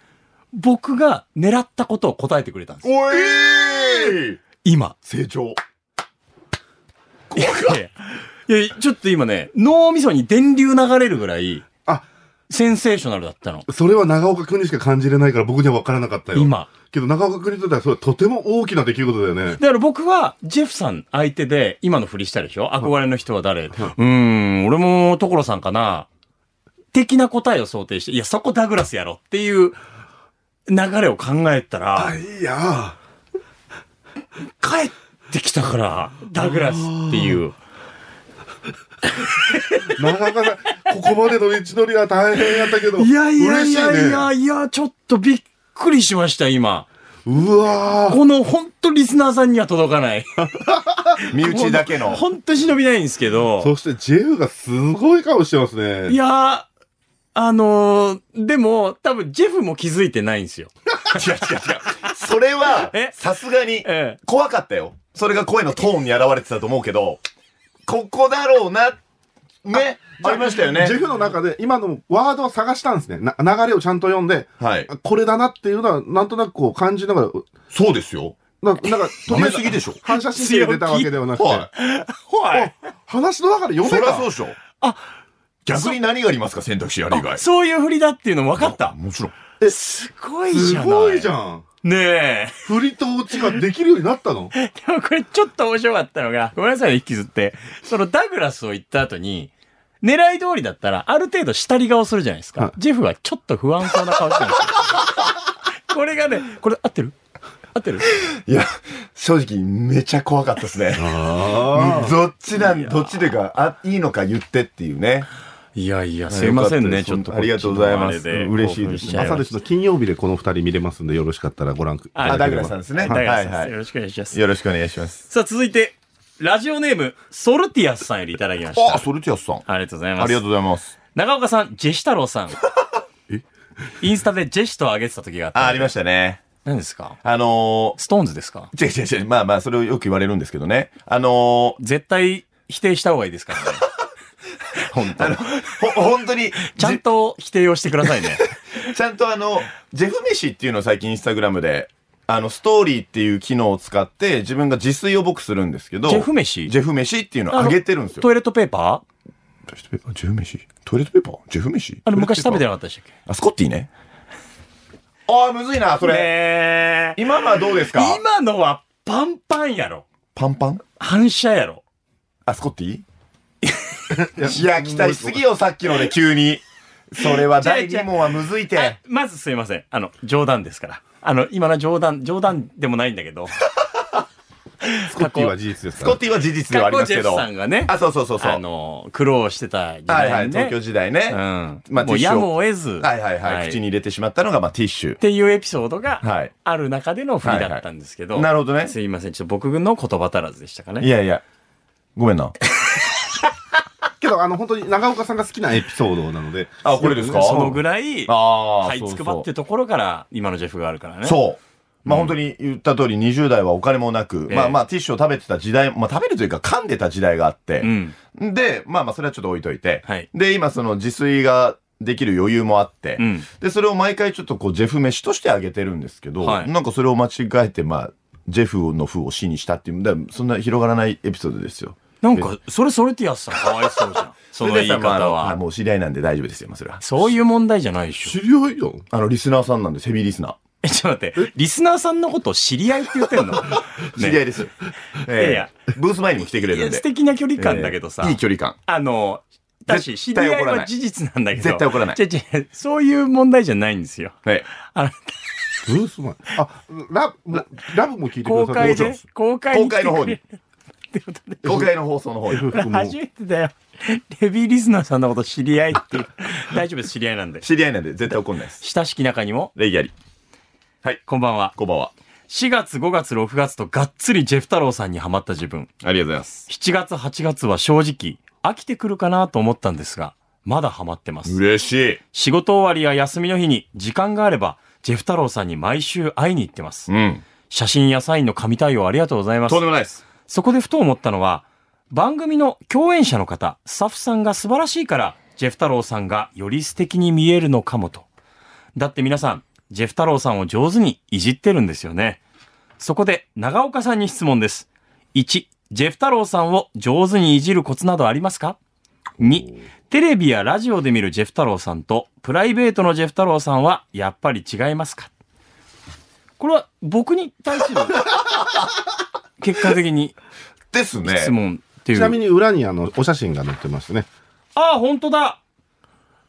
Speaker 2: 僕が狙ったことを答えてくれたんですよ。
Speaker 4: おい
Speaker 2: 今。
Speaker 4: 成長。
Speaker 2: いやいやいや、ちょっと今ね、脳みそに電流流れるぐらい、
Speaker 3: あ、
Speaker 2: センセーショナルだったの。
Speaker 3: それは長岡くんにしか感じれないから僕には分からなかったよ。。
Speaker 2: 今。
Speaker 3: けど長岡くんにとってはそれはとても大きな出来事だよね。
Speaker 2: だから僕は、ジェフさん相手で、今のふりしたでしょ憧れの人は誰うーん、俺も所さんかな。的な答えを想定して、いや、そこダグラスやろっていう流れを考えたら、
Speaker 3: いや
Speaker 2: 帰ってきたから、ダグラスっていう。
Speaker 3: ー長岡さん、 ここまでの道のりは大変やったけど、
Speaker 2: いやいやいやいや
Speaker 3: 嬉しい
Speaker 2: い
Speaker 3: ね。
Speaker 2: や、ちょっとびっくりしました、今。
Speaker 3: うわー
Speaker 2: この本当リスナーさんには届かない。
Speaker 4: 身内だけの。
Speaker 2: 本当忍びないんですけど。
Speaker 3: そしてジェフがすごい顔してますね。
Speaker 2: いやー、あのーでも、多分、ジェフも気づいてないんですよ。
Speaker 4: 違う違う違う。それは
Speaker 2: え、
Speaker 4: さすがに、
Speaker 2: ええ
Speaker 4: 怖かったよ。それが声のトーンに現れてたと思うけど、ここだろうな、ね、ありましたよね
Speaker 3: ジ。ェフの中で今のワードを探したんですね。な流れをちゃんと読んで、
Speaker 4: はい。
Speaker 3: これだなっていうのは、なんとなくこう感じながら、
Speaker 4: そうですよ。
Speaker 3: ななんか、とり
Speaker 4: 舐
Speaker 3: あ
Speaker 4: め
Speaker 3: えず
Speaker 4: すぎでしょ。
Speaker 3: 反射神経が出たわけではなくて、
Speaker 4: は
Speaker 2: は
Speaker 3: あ。話の中で読
Speaker 4: そ
Speaker 3: め
Speaker 4: りゃそう
Speaker 3: た
Speaker 4: でしょ。逆に何がありますか選択肢ある以外。
Speaker 2: そういう振りだっていうの分かった。
Speaker 4: もちろん。
Speaker 2: すごい
Speaker 3: す
Speaker 2: じゃない。
Speaker 3: ごいじゃん。
Speaker 2: ね
Speaker 3: 振りと落ちができるようになったの
Speaker 2: え。でもこれちょっと面白かったのが、ごめんなさいね、引きずって。そのダグラスを言った後に、狙い通りだったら、ある程度下り顔するじゃないですか。
Speaker 3: はい
Speaker 2: ジェフはちょっと不安そうな顔してるんですよ。これがね、これ合ってる合ってる
Speaker 4: いや、正直めちゃ怖かったですね。どっちなん、どっちでか、あ、いいのか言ってっていうね。
Speaker 2: いやいや、すいませんね、
Speaker 4: よ
Speaker 2: ちょ
Speaker 4: かっ
Speaker 2: った
Speaker 4: です
Speaker 2: と。
Speaker 4: ありがとうございます嬉しいです
Speaker 2: ね
Speaker 3: 朝ですの金曜日でこの二人見れますんで、よろしかったらご覧く
Speaker 2: あ
Speaker 4: あ、
Speaker 3: いただ
Speaker 4: ダ
Speaker 3: け
Speaker 4: グ
Speaker 3: れば
Speaker 4: ラスさんですね。
Speaker 2: は
Speaker 4: はいい
Speaker 2: は。
Speaker 4: はい
Speaker 2: よ
Speaker 4: い。
Speaker 2: ろしくお願いします。
Speaker 4: よろしくお願いします。
Speaker 2: さあ、続いて、ラジオネーム、ソルティアスさんよりいただきました。
Speaker 4: あ、ソルティアスさん。
Speaker 2: ありがとうございます。
Speaker 4: ありがとうございます。
Speaker 2: 長岡さん、ジェシ太郎さん。インスタでジェシと上げてた時があった。
Speaker 4: あ、ありましたね。
Speaker 2: 何ですか
Speaker 4: あの
Speaker 2: ストーンズですか
Speaker 4: ー、違う違う違う、まあまあ、それをよく言われるんですけどね。あの
Speaker 2: 絶対否定した方がいいですから ね。本
Speaker 4: ー、あ
Speaker 2: 当
Speaker 4: の、ほ、本当に、
Speaker 2: ちゃんと否定をしてください ね。
Speaker 4: ちゃんとあの、ジェフ飯っていうのを最近インスタグラムで、あの、ストーリーっていう機能を使って、自分が自炊を僕するんですけど、
Speaker 2: ジェフ飯
Speaker 4: ジェフ飯っていうのをあげてるんですよ。
Speaker 2: トイレットペーパー
Speaker 4: トイレットペーパージェフ飯トイレットペーパージェフ飯
Speaker 2: あれ昔食べて
Speaker 4: る
Speaker 2: なかったでしたっけ
Speaker 4: あ、スコッティね。ああ、むずいな、それ。
Speaker 2: ねえ
Speaker 4: 今のはどうですか
Speaker 2: 今のはパンパンやろ。
Speaker 4: パンパン
Speaker 2: 反射やろ。
Speaker 4: あ、スコッティいや、期待しすぎよ、さっきので、急に。それは第2問はむずいて。
Speaker 2: まずすいません。あの、冗談ですから。あの、今のは冗談、冗談でもないんだけ ど。
Speaker 3: スコッティは事実です
Speaker 4: ス
Speaker 3: か
Speaker 4: コ
Speaker 3: ら
Speaker 4: ッティは 事実ではありますけ
Speaker 2: 過去
Speaker 4: ど。
Speaker 2: ジェフさんがね
Speaker 4: あ、そうそうそうそう。
Speaker 2: あの、苦労してた時
Speaker 4: はいは
Speaker 2: 代
Speaker 4: い、
Speaker 2: にね。
Speaker 4: 東京時代ね。
Speaker 2: うん。
Speaker 4: まあ、
Speaker 2: も
Speaker 4: ティ
Speaker 2: う
Speaker 4: ッシ
Speaker 2: や
Speaker 4: ュ
Speaker 2: む
Speaker 4: を。
Speaker 2: を得ず。
Speaker 4: はいはいはい。口に入れてしまったのが、まあ、ティッシュ
Speaker 2: っ。ていうエピソードが
Speaker 4: はい
Speaker 2: ある中での振りだったんですけど、
Speaker 4: はいはいなるほどね
Speaker 2: すいませんちょっと僕の言葉足らずでしたかね
Speaker 4: いやいや。ご めんな。
Speaker 3: けど、あの、本当に長岡さんが好きなエピソードなので。
Speaker 4: あこれですか
Speaker 2: そのぐらい
Speaker 4: ああ、
Speaker 2: はいつくばってところから今のジェフがあるからね
Speaker 4: そう。まあ本当に言った通り20代はお金もなく、
Speaker 2: ええ
Speaker 4: まあまあティッシュを食べてた時代、まあ食べるというか噛んでた時代があって、
Speaker 2: うん
Speaker 4: で、まあまあそれはちょっと置いといて、
Speaker 2: はい
Speaker 4: で、今その自炊ができる余裕もあって、
Speaker 2: うん
Speaker 4: で、それを毎回ちょっとこうジェフ飯としてあげてるんですけど、
Speaker 2: はい
Speaker 4: なんかそれを間違えて、まあ、ジェフの風を死にしたっていう、だからそんな広がらないエピソードですよ。
Speaker 2: なんかそれそれってやつさんかわいそうじゃんその言い
Speaker 4: れでさまああ
Speaker 2: 方
Speaker 4: の
Speaker 2: は
Speaker 4: あもう知り合いなんで大丈夫ですよ、まあそれは。
Speaker 2: そういう問題じゃないでしょ
Speaker 3: 知り合いやん。
Speaker 4: あの、リスナーさんなんで、セミリスナー。
Speaker 2: えちょっと待ってリスナーさんのことを知り合いって言って んの
Speaker 4: 知り合い
Speaker 2: ね
Speaker 4: ですよ。
Speaker 2: やい
Speaker 4: え
Speaker 2: や
Speaker 4: えブース前にも来てくれ
Speaker 2: い
Speaker 4: るん
Speaker 2: や
Speaker 4: で
Speaker 2: 素。敵な距離感だけどさ、
Speaker 4: ええいい距離感。
Speaker 2: あのだし知
Speaker 4: 絶
Speaker 2: り合
Speaker 4: 対
Speaker 2: い
Speaker 4: 怒らな
Speaker 2: はい事実なんだけど
Speaker 4: 絶対怒らない
Speaker 2: 違う違うそういう問題じゃないんですよ
Speaker 4: はい。
Speaker 3: ブースマン。あ、ラブ、もうラブも聞いてくだ
Speaker 2: 公
Speaker 3: さい。
Speaker 2: 開
Speaker 3: も
Speaker 2: で
Speaker 3: ち
Speaker 2: 公開
Speaker 4: 公
Speaker 2: に来て
Speaker 4: 開の方
Speaker 2: くれ
Speaker 4: に
Speaker 2: る。 ってことで
Speaker 4: 公開の放送の方に。
Speaker 3: ろん F も
Speaker 2: 初めてだよレビーリスナーさんのこと知り合いっていう 大丈夫です知り合いなんで
Speaker 4: 知り合いなんで絶対怒んないです。
Speaker 2: 親しき中にも
Speaker 4: レイヤリ。
Speaker 2: こんばんは
Speaker 4: こんばんは。
Speaker 2: 4月5月6月とがっつりジェフ太郎さんにハマった自分
Speaker 4: ありがとうございます。
Speaker 2: 7月8月は正直飽きてくるかなと思ったんですがまだハマってます
Speaker 4: 嬉しい。
Speaker 2: 仕事終わりや休みの日に時間があればジェフ太郎さんに毎週会いに行ってます
Speaker 4: うん。
Speaker 2: 写真やサインの紙対応ありがとうございます
Speaker 4: とんでもないです。
Speaker 2: そこでふと思ったのは、番組の共演者の方、スタッフさんが素晴らしいから、ジェフ太郎さんがより素敵に見えるのかもと。だって皆さん、ジェフ太郎さんを上手にいじってるんですよね。そこで、長岡さんに質問です。1、ジェフ太郎さんを上手にいじるコツなどありますか ?2、テレビやラジオで見るジェフ太郎さんと、プライベートのジェフ太郎さんは、やっぱり違いますかこれは僕に対する、結果的に
Speaker 4: ですね。
Speaker 2: 質問っていう。
Speaker 3: なみに裏にあの、お写真が載ってましてね。
Speaker 2: ああ、本当だ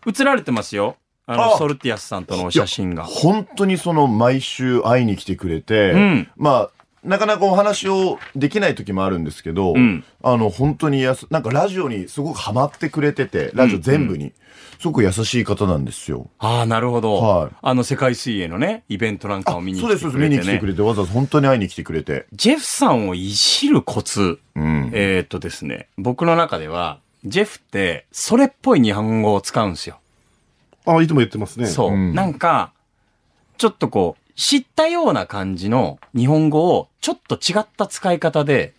Speaker 2: 映られてますよ。あの、
Speaker 4: あ
Speaker 2: ソルティアスさんとのお写真が。
Speaker 4: 本当にその毎週会いに来てくれて、
Speaker 2: うん
Speaker 4: まあ、なかなかお話をできない時もあるんですけど、
Speaker 2: ん
Speaker 4: あの、本当にやす、なんかラジオにすごくハマってくれてて、ラジオ全部に、すごく優しい方なんですよ。
Speaker 2: ああ、なるほど、
Speaker 4: はい
Speaker 2: あの、世界水泳のね、イベントなんかを見に
Speaker 4: そ
Speaker 2: 来
Speaker 4: うで
Speaker 2: て
Speaker 4: す、そう
Speaker 2: く
Speaker 4: です。見
Speaker 2: れて
Speaker 4: に来てく
Speaker 2: ね。
Speaker 4: れて、わざわざ本当に会いに来てくれて。
Speaker 2: ジェフさんをいじるコツ。
Speaker 4: うん。
Speaker 2: えーっとですね、僕の中では、ジェフって、それっぽい日本語を使うんですよ。
Speaker 3: あ、いつも言ってますね。
Speaker 2: そう。
Speaker 4: うん
Speaker 2: なんか、ちょっとこう、知ったような感じの日本語を、ちょっと違った使い方で、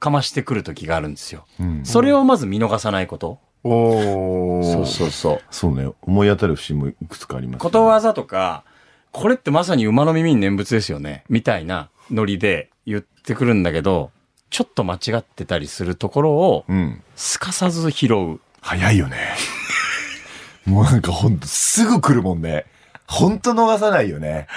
Speaker 2: かましてくる時があるんですよ。
Speaker 4: うん
Speaker 2: それをまず見逃さないこと。
Speaker 3: おー。
Speaker 4: そうそうそう。そうね。思い当たる節もいくつかあります、ね。
Speaker 2: ことわざとか、これってまさに馬の耳に念仏ですよね、みたいなノリで言ってくるんだけど、ちょっと間違ってたりするところを、
Speaker 4: うん。
Speaker 2: すかさず拾う。
Speaker 4: 早いよね。もうなんかほんと、すぐ来るもんね。ほんと逃さないよね。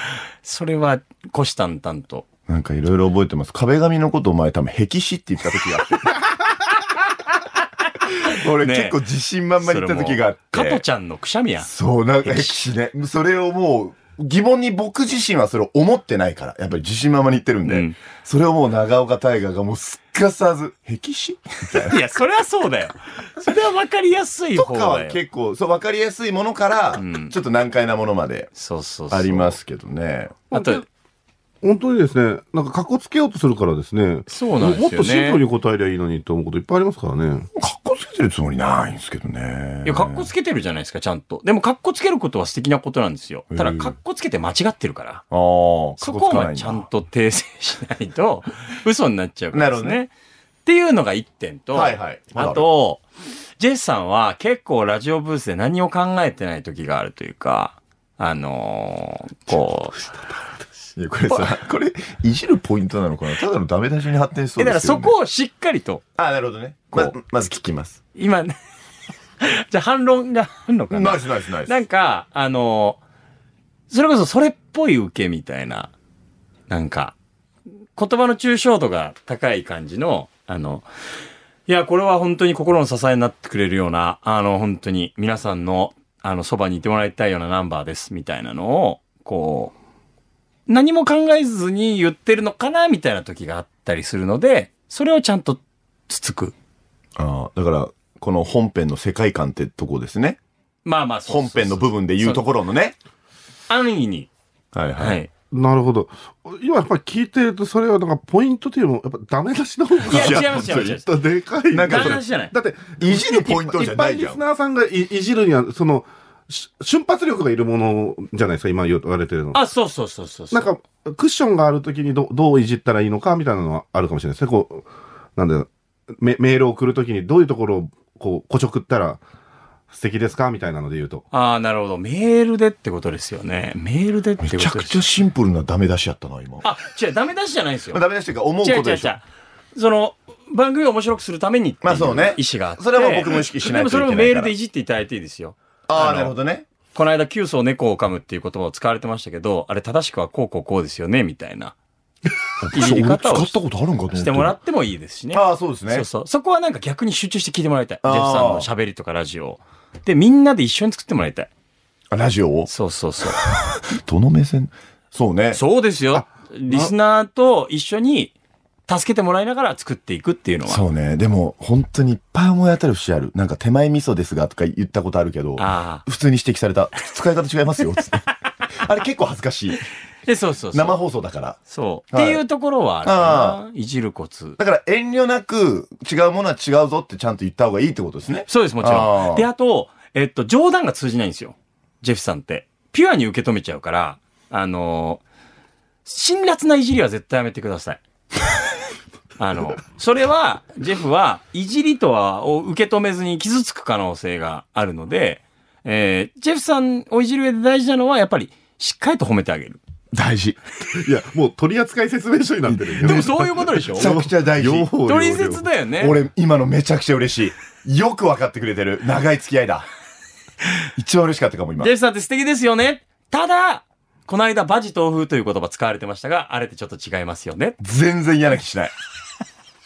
Speaker 2: それは、虎視眈々と。
Speaker 4: なんかいろいろ覚えてます。壁紙のことお前多分壁紙って言った時があって。 俺
Speaker 2: ねえ
Speaker 4: 結構自信満々に言った時があって。
Speaker 2: 加トちゃんのくしゃみや。
Speaker 4: そう、なんか
Speaker 2: 壁
Speaker 4: 壁紙ね。それをもう、疑問に僕自身はそれを思ってないから、やっぱり自信満々に言ってるんで、
Speaker 2: うん
Speaker 4: それをもう長岡大河がもうすっかさず、壁紙
Speaker 2: いや、それはそうだよ。それは分かりやすい
Speaker 4: と
Speaker 2: 方
Speaker 4: か
Speaker 2: だ
Speaker 4: は
Speaker 2: よ。
Speaker 4: 結構、そう、わかりやすいものから、
Speaker 2: ん
Speaker 4: ちょっと難解なものまで
Speaker 2: そうそうそう。
Speaker 4: あり
Speaker 2: す。
Speaker 4: ますけどね。
Speaker 2: あと、
Speaker 3: 本当にですね、なんか、かっこつけようとするからですね。
Speaker 2: そうなんですよね
Speaker 3: もっとシンプルに答えりゃいいのにと思うこといっぱいありますからね。
Speaker 4: かっこつけてるつもりないんですけどね。
Speaker 2: いや、格好つけてるじゃないですか、ちゃんと。でも、格好つけることは素敵なことなんですよ。ただ、
Speaker 4: うん
Speaker 2: 格好つけて間違ってるから。
Speaker 4: あー
Speaker 2: そこはちゃん。と訂正しないと、嘘になっちゃうからですね。
Speaker 4: な
Speaker 2: っ
Speaker 4: る
Speaker 2: ていうのが一点と、
Speaker 4: はいはい
Speaker 2: あと、ジェスさんは結構ラジオブースで何を考えてない時があるというか、あのーこう、
Speaker 4: いや、こ れさ、これ、いじるポイントなのかなただのダメ出しに発展しそ
Speaker 2: え
Speaker 4: う
Speaker 2: だ
Speaker 4: で
Speaker 2: から
Speaker 4: すよ
Speaker 2: そ
Speaker 4: ね。
Speaker 2: こをしっかりと、
Speaker 4: あ、なるほどね。ま
Speaker 2: こう
Speaker 4: まず聞きます。
Speaker 2: 今、ね、 じゃあ反論があるのかな
Speaker 4: イスナイスナイ
Speaker 2: なんか、あのーそれこそそれっぽい受けみたいな、なんか、言葉の抽象度が高い感じの、あの、いや、これは本当に心の支えになってくれるような、あの、本当に皆さんの、あの、そばにいてもらいたいようなナンバーです、みたいなのを、こう、何も考えずに言ってるのかな、みたいな時があったりするので、それをちゃんとつつく。
Speaker 4: ああ、だから、この本編の世界観ってとこですね。
Speaker 2: まあまあ、そう
Speaker 4: 本編の部分で言うところのね。
Speaker 2: 安易に。
Speaker 4: はい
Speaker 2: は
Speaker 4: はい。
Speaker 2: い。
Speaker 3: なるほど。今やっぱり聞いてると、それはなんかポイントというよりも、やっぱダメ出しの方が。
Speaker 2: いや違います違います
Speaker 3: ちょっとでかい。
Speaker 4: なんか
Speaker 2: ダメ出しじゃない
Speaker 3: だって、
Speaker 4: いじるポイントじゃない
Speaker 3: い
Speaker 4: じ
Speaker 3: っぱいリ
Speaker 4: ゃん
Speaker 3: ス。ナーさんがいいじるには、その、し瞬発力がいるものじゃないですか、今言われてるの。
Speaker 2: あ、そうそうそうそうそう。
Speaker 3: なんか、クッションがあるときにどどういじったらいいのかみたいなのはあるかもしれないですね。こう、なんだろうメメールを送るときにどういうところを、こう、こちょくったら素敵ですかみたいなので言うと。
Speaker 2: ああ、なるほど。メールでってことですよね。メールでってこと
Speaker 4: め
Speaker 2: です
Speaker 4: ちゃくちゃシンプルなダメ出しやったな、今。
Speaker 2: あ、違う、ダメ出しじゃないんですよ。
Speaker 4: ダメ出しというか、思う
Speaker 2: 違う違
Speaker 4: こ
Speaker 2: う
Speaker 4: と
Speaker 2: 違
Speaker 4: で
Speaker 2: う
Speaker 4: しょ。。
Speaker 2: その、番組を面白くするためにってい
Speaker 4: まあそうね
Speaker 2: 意思があって。
Speaker 4: それはもう僕も意識しないといけないから
Speaker 2: でもそれをメールでいじっていただいていいですよ。
Speaker 4: あ
Speaker 2: あ
Speaker 4: あ、
Speaker 2: の
Speaker 4: なるほどね。
Speaker 2: この間、急須を猫を噛むっていう言葉を使われてましたけど、あれ正しくはこうこうこうですよね、みたい な。いじり方を
Speaker 4: 俺使ったことあるんかと思
Speaker 2: してもら
Speaker 4: っ
Speaker 2: ってもいいですしね。
Speaker 4: て。ああ、そうですね。
Speaker 2: そうそう。そこはなんか逆に集中して聞いてもらいたい。ジ
Speaker 4: あー
Speaker 2: ェフさんの喋りとかラジオを。で、みんなで一緒に作ってもらいたい。
Speaker 4: ラジオを
Speaker 2: そうそうそう。
Speaker 4: どの目線そうね。
Speaker 2: そうですよ。リスナーと一緒に助けてもらいながら作っていくっていうのは。
Speaker 4: そうね。でも、本当にいっぱい思い当たる節ある。なんか、手前味噌ですが、とか言ったことあるけど、
Speaker 2: あ
Speaker 4: 普通に指摘された。使い方違いま すよ、つって。あれ結構恥ずかしい。
Speaker 2: あ。で、そうそうそう。
Speaker 4: 生放送だから。
Speaker 2: そう。
Speaker 4: はい
Speaker 2: っていうところはあるかな。いじるコツ。
Speaker 4: だから遠慮なく、違うものは違うぞってちゃんと言った方がいいってことですね。
Speaker 2: そうです、もち
Speaker 4: あ
Speaker 2: ろん。
Speaker 4: ー
Speaker 2: で、あと、えっと、冗談が通じないんですよ。ジェフさんって。ピュアに受け止めちゃうから、あの辛辣ないじりは絶対やめてくだ さい。あの、それは、ジェフは、いじりとは、を受け止めずに傷つく可能性があるので、えージェフさんをいじる上で大事なのは、やっぱり、しっかりと褒めてあげる。
Speaker 4: 大事。
Speaker 3: いや、もう取扱説明書になってるん
Speaker 2: でも そういうことでしょ
Speaker 4: めちゃくちゃ大事。
Speaker 3: 両方
Speaker 2: 取説だよね。
Speaker 4: 俺、今のめちゃくちゃ嬉しい。よく分かってくれてる。長い付き合いだ。一番嬉しかったかも、今
Speaker 2: ジェ。フさんって素敵ですよね。ただ、この間、バジ豆腐という言葉使われてましたが、あれってちょっと違いますよね。
Speaker 4: 全然嫌な気しない。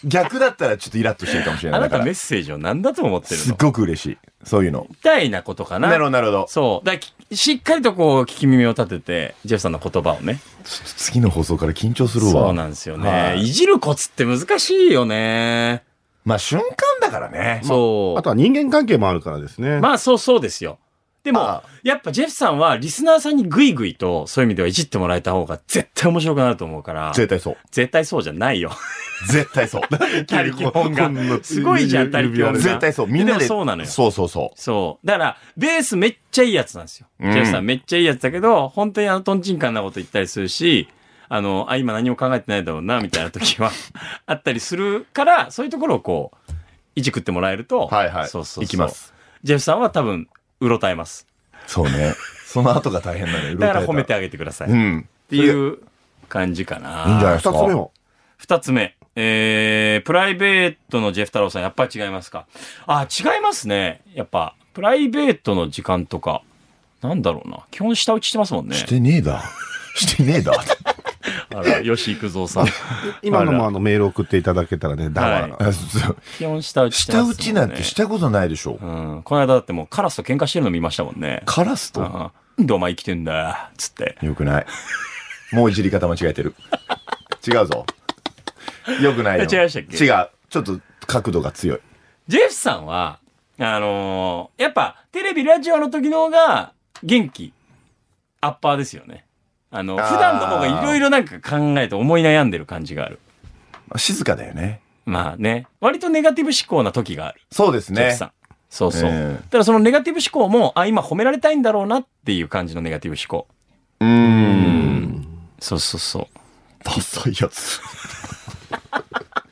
Speaker 4: 逆だったらちょっとイラッとしてるかもしれな
Speaker 2: あ
Speaker 4: い。
Speaker 2: なた
Speaker 4: だか
Speaker 2: メ
Speaker 4: ら
Speaker 2: ッセージを何だと思ってる
Speaker 4: すっ
Speaker 2: の
Speaker 4: ごく嬉しい。そういうの。
Speaker 2: みたいなことかな。
Speaker 4: なるほど、なるほど。
Speaker 2: そう。だからきしっかりとこう、聞き耳を立てて、ジェフさんの言葉をね。
Speaker 4: 次の放送から緊張するわ。
Speaker 2: そうなんですよ
Speaker 4: は
Speaker 2: ね。
Speaker 4: い
Speaker 2: いじるコツって難しいよね。
Speaker 4: まあ、瞬間だからね。
Speaker 2: そう。
Speaker 3: あとは人間関係もあるからですね。
Speaker 2: まあそうそうですよ。でも
Speaker 4: ああ、
Speaker 2: やっぱジェフさんはリスナーさんにグイグイとそういう意味ではいじってもらえた方が絶対面白くなると思うから、
Speaker 4: 絶対そう。
Speaker 2: 絶対そうじゃないよ。
Speaker 4: 絶対そう。
Speaker 2: 他力本願。すごいじゃん、他力本願。
Speaker 4: 絶対そう。みん
Speaker 2: で
Speaker 4: な
Speaker 2: も
Speaker 4: で。
Speaker 2: そうなのよ。
Speaker 4: そうそうそう。
Speaker 2: そう。だから、ベースめっちゃいいやつなんですよ。ジ
Speaker 4: うん
Speaker 2: ェフさんめっちゃいいやつだけど、本当にあの、トンチンカンなこと言ったりするし、あの、あ、今何も考えてないだろうな、みたいな時は あったりするから、そういうところをこう、いじくってもらえると、
Speaker 4: はいはい。
Speaker 2: そうそうそう。
Speaker 4: いきま。す。
Speaker 2: ジェフさんは多分、うろたえます。
Speaker 4: そうね。その後が大変なのよ。
Speaker 2: だから褒めて
Speaker 4: あ
Speaker 2: あげてください。
Speaker 4: う
Speaker 2: っ
Speaker 4: ん。
Speaker 2: ていう感じかな。
Speaker 4: いいんじゃない
Speaker 3: 二つ目は。
Speaker 2: 二つ目。えー、プライベートのジェフ太郎さん、やっぱり違いますかあ、違いますね。やっぱ、プライベートの時間とか、なんだろうな。基本下打ちしてますもんね。
Speaker 4: してねえだ。してねえだ。
Speaker 2: あら、吉幾三 さん。
Speaker 3: 今の
Speaker 2: あら
Speaker 3: もあのメール送っていただけたらね、だわな。
Speaker 2: は
Speaker 4: あそう
Speaker 2: 基本下打ちしてます
Speaker 4: 下
Speaker 2: もん、
Speaker 4: 打
Speaker 2: ね。
Speaker 4: ちなんてしたことないでしょ
Speaker 2: う。ん。この間だってもうカラスと喧嘩してるの見ましたもんね。
Speaker 4: カラスと。
Speaker 2: うん。で、お前生きてんだ。つって。
Speaker 4: よくない。もういじり方間違えてる。違うぞ。よくないよ。
Speaker 2: 違いましたっけ
Speaker 4: 違う。ちょっと角度が強い。
Speaker 2: ジェフさんは、あのーやっぱ、テレビ、ラジオの時の方が、元気、アッパーですよね。あの、
Speaker 4: あー
Speaker 2: 普段の方がいろいろなんか考えて思い悩んでる感じがある。
Speaker 4: 静かだよね。
Speaker 2: まあね、割とネガティブ思考な時がある。
Speaker 4: そうです
Speaker 2: ジェ
Speaker 4: ね
Speaker 2: フさ。ん。そうそう。
Speaker 4: ええ
Speaker 2: ただそのネガティブ思考も、あ、今褒められたいんだろうなっていう感じのネガティブ思考。
Speaker 4: うーん。
Speaker 2: そうそうそう。
Speaker 4: ダサいやつ。